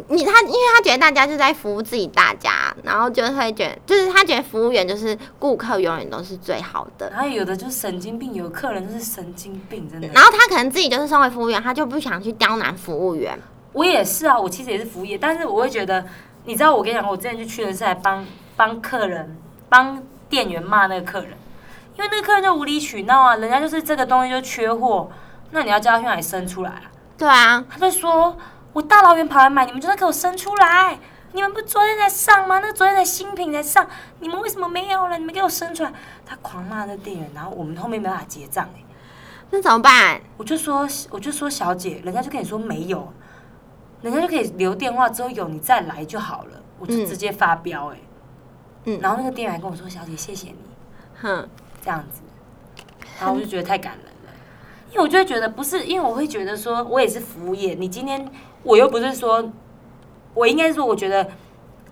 Speaker 1: 你他，因为他觉得大家就在服务自己大家，然后就会觉得，就是他觉得服务员就是顾客永远都是最好的。
Speaker 2: 然后有的就是神经病，有客人就是神经病，真的。
Speaker 1: 然后他可能自己就是身为服务员，他就不想去刁难服务员。
Speaker 2: 我也是啊，我其实也是服务业，但是我会觉得，你知道，我跟你讲，我之前去屈臣氏还帮帮客人、帮店员骂那个客人，因为那个客人就无理取闹啊，人家就是这个东西就缺货，那你要叫他去哪里生出来啊？
Speaker 1: 对啊，
Speaker 2: 他就说，我大老远跑来买，你们就是给我生出来，你们不昨天才上吗？那昨天才新品才上，你们为什么没有了？你们给我生出来！他狂骂那店员，然后我们后面没办法结账、欸
Speaker 1: 那怎么办？
Speaker 2: 我就说，我就说，小姐，人家就跟你说没有，人家就可以留电话，之后有你再来就好了。我就
Speaker 1: 嗯
Speaker 2: 直接发飙哎、
Speaker 1: 嗯
Speaker 2: 然后那个店员还跟我说，小姐，谢谢你
Speaker 1: 哼，
Speaker 2: 这样子，然后我就觉得太感人了，因为我就会觉得不是，因为我会觉得说，我也是服务业，你今天我又不是说，我应该说，我觉得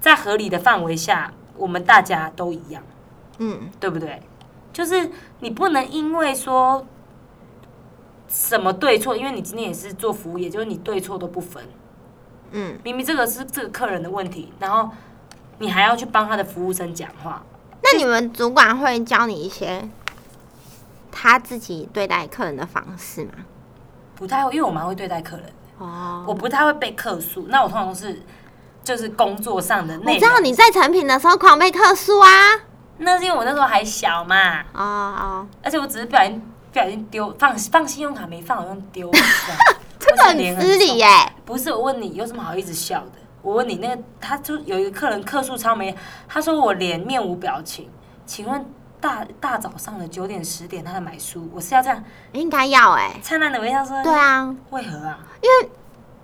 Speaker 2: 在合理的范围下，我们大家都一样。
Speaker 1: 嗯，
Speaker 2: 对不对？就是你不能因为说什么对错，因为你今天也是做服务业，就是你对错都不分。
Speaker 1: 嗯，
Speaker 2: 明明这个是这个客人的问题，然后你还要去帮他的服务生讲话。
Speaker 1: 那你们主管会教你一些他自己对待客人的方式吗？
Speaker 2: 不太会，因为我蛮会对待客人，
Speaker 1: 哦，
Speaker 2: 我不太会被客诉。那我通常都是就是工作上的
Speaker 1: 我
Speaker 2: 内
Speaker 1: 知道
Speaker 2: 容，
Speaker 1: 你在成品的时候狂被客诉啊。
Speaker 2: 那是因为我那时候还小嘛，
Speaker 1: 哦哦，
Speaker 2: 而且我只是不小心不小心丢放放信用卡没放，好像丢了，
Speaker 1: (laughs) 这
Speaker 2: 真
Speaker 1: 个很失礼耶、
Speaker 2: 不是我问你有什么好一直笑的？我问你那个，他就有一个客人客诉超没，他说我脸面无表情。请问大大早上的九点十点他在买书，我是要这样
Speaker 1: 应该要哎、
Speaker 2: 灿烂的微笑说，
Speaker 1: 对，啊，
Speaker 2: 为何啊？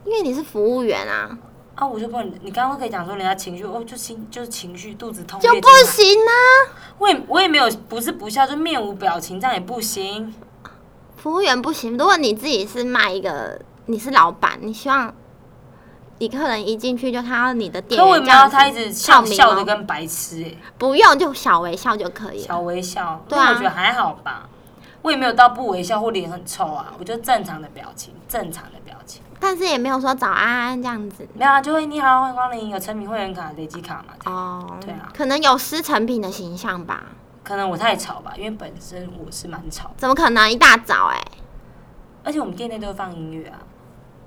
Speaker 1: 因为你是服务员啊。
Speaker 2: 啊，我就不能，你刚刚可以讲说人家情绪，哦，就情就是情绪，肚子痛
Speaker 1: 就
Speaker 2: 月
Speaker 1: 不
Speaker 2: 经来
Speaker 1: 行啊！
Speaker 2: 我也我也没有不是不笑，就面无表情，这样也不行。
Speaker 1: 服务员不行。如果你自己是卖一个，你是老板，你希望你客人一进去就看到你的店
Speaker 2: 可我也
Speaker 1: 员
Speaker 2: 没
Speaker 1: 这
Speaker 2: 有要
Speaker 1: 样
Speaker 2: 他一
Speaker 1: 子，
Speaker 2: 直笑
Speaker 1: 照明
Speaker 2: 笑
Speaker 1: 吗
Speaker 2: 的跟白痴哎、
Speaker 1: 不用就小微笑就可以了。
Speaker 2: 小微笑，
Speaker 1: 对
Speaker 2: 那
Speaker 1: 啊
Speaker 2: 我觉得还好吧。我也没有到不微笑或脸很臭啊，我就正常的表情，正常的表情。
Speaker 1: 但是也没有说早安这样子
Speaker 2: 没有啊，就会你好，欢迎光临，有成品会员卡、累积卡嘛。这样
Speaker 1: 哦。
Speaker 2: 对啊
Speaker 1: 可能有失成品的形象吧？
Speaker 2: 可能我太吵吧，因为本身我是蛮吵的，
Speaker 1: 怎么可能一大早哎、
Speaker 2: 而且我们店内都会放音乐啊，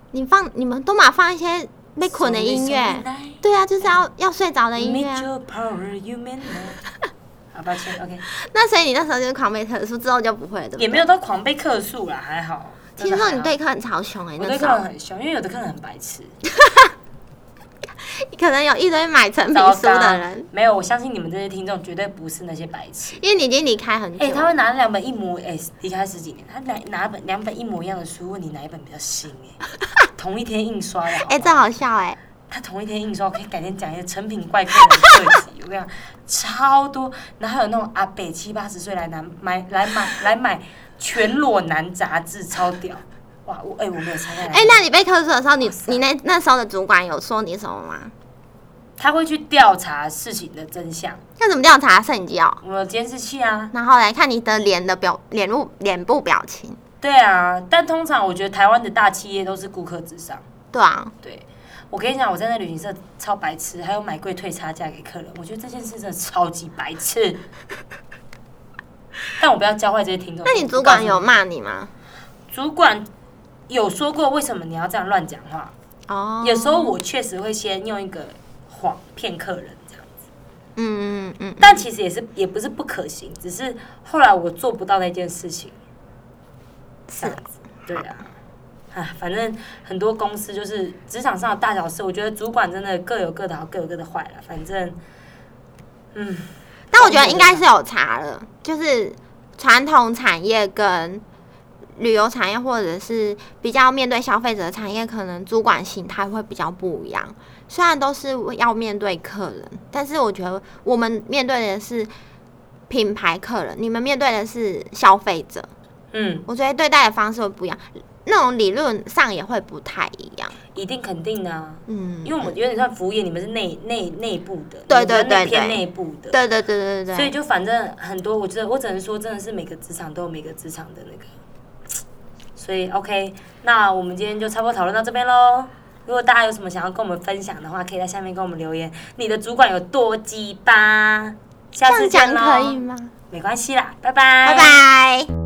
Speaker 1: 你放你们都嘛放一些被捆的音乐，对啊，就是要要睡着的音乐、啊。
Speaker 2: Your power, you
Speaker 1: (laughs)
Speaker 2: may not 好，抱歉，OK，
Speaker 1: 那所以你那时候就是狂被特殊，之后就不会了，对不
Speaker 2: 也
Speaker 1: 对？
Speaker 2: 没有到狂被客诉啦，还好。真
Speaker 1: 听
Speaker 2: 的
Speaker 1: 说
Speaker 2: 还
Speaker 1: 你
Speaker 2: 好
Speaker 1: 对客人超凶哎、
Speaker 2: 我
Speaker 1: 那
Speaker 2: 对
Speaker 1: 时
Speaker 2: 客
Speaker 1: 候
Speaker 2: 人很凶，因为有的客人很白痴，
Speaker 1: (laughs) 可能有一堆买成品
Speaker 2: 糟
Speaker 1: 书的
Speaker 2: 糕
Speaker 1: 人，
Speaker 2: 没有，我相信你们这些听众绝对不是那些白痴。
Speaker 1: 因为你已经离开很久
Speaker 2: 哎、
Speaker 1: 了。
Speaker 2: 他会拿两本一模哎，离、开十几年，他拿拿本两本一模一样的书，问你哪一本比较新哎、
Speaker 1: (laughs)
Speaker 2: 同一天印刷的好不好，
Speaker 1: 哎、这好笑哎、
Speaker 2: 他同一天印刷，我可以改天讲一个成品怪客人的特辑。我跟你讲，超多，然后还有那种阿北七八十岁来拿买来买来买全裸男杂志，超屌。哇，我哎、我没有参加。
Speaker 1: 哎、那你被科诉的时候，你你那那时候的主管有说你什么吗？
Speaker 2: 他会去调查事情的真相，
Speaker 1: 要怎么调查摄影机哦？
Speaker 2: 我们有监视器啊。
Speaker 1: 然后来看你的脸的表脸部脸部表情，
Speaker 2: 对啊，但通常我觉得台湾的大企业都是顾客至上。
Speaker 1: 对啊，
Speaker 2: 对，我跟你讲，我在那旅行社超白痴，还有买贵退差价给客人，我觉得这件事真的超级白痴。 (laughs) 但我不要教坏这些听众。
Speaker 1: 那你主
Speaker 2: 我告诉
Speaker 1: 管有骂你吗？
Speaker 2: 主管有说过为什么你要这样乱讲话？
Speaker 1: 哦，
Speaker 2: 有时候我确实会先用一个谎骗客人这样，
Speaker 1: 嗯，嗯嗯嗯，
Speaker 2: 但其实也是也不是不可行，只是后来我做不到那件事情。
Speaker 1: 是啊
Speaker 2: 这样子，对啊。唉，反正很多公司就是职场上的大小事，我觉得主管真的各有各的好，各有各的坏了。反正，嗯，
Speaker 1: 但我觉得应该是有查了，就是传统产业跟旅游产业，或者是比较面对消费者的产业，可能主管形态会比较不一样。虽然都是要面对客人，但是我觉得我们面对的是品牌客人，你们面对的是消费者，
Speaker 2: 嗯，
Speaker 1: 我觉得对待的方式会不一样，那种理论上也会不太一样。
Speaker 2: 一定肯定的、啊，
Speaker 1: 嗯，
Speaker 2: 因为我们有点算服务业，你们是内内内部的，
Speaker 1: 对
Speaker 2: 你们
Speaker 1: 对
Speaker 2: 比较
Speaker 1: 对
Speaker 2: 内偏
Speaker 1: 对
Speaker 2: 内部的，
Speaker 1: 对对对对对
Speaker 2: 所以
Speaker 1: 对，
Speaker 2: 就反正很多，我觉得我只能说，真的是每个职场都有每个职场的那个。所以 OK，那我们今天就差不多讨论到这边喽。如果大家有什么想要跟我们分享的话，可以在下面跟我们留言。你的主管有多鸡巴？下
Speaker 1: 这
Speaker 2: 次
Speaker 1: 样讲
Speaker 2: 见喽，
Speaker 1: 可以吗？
Speaker 2: 没关系啦，拜拜，
Speaker 1: 拜拜。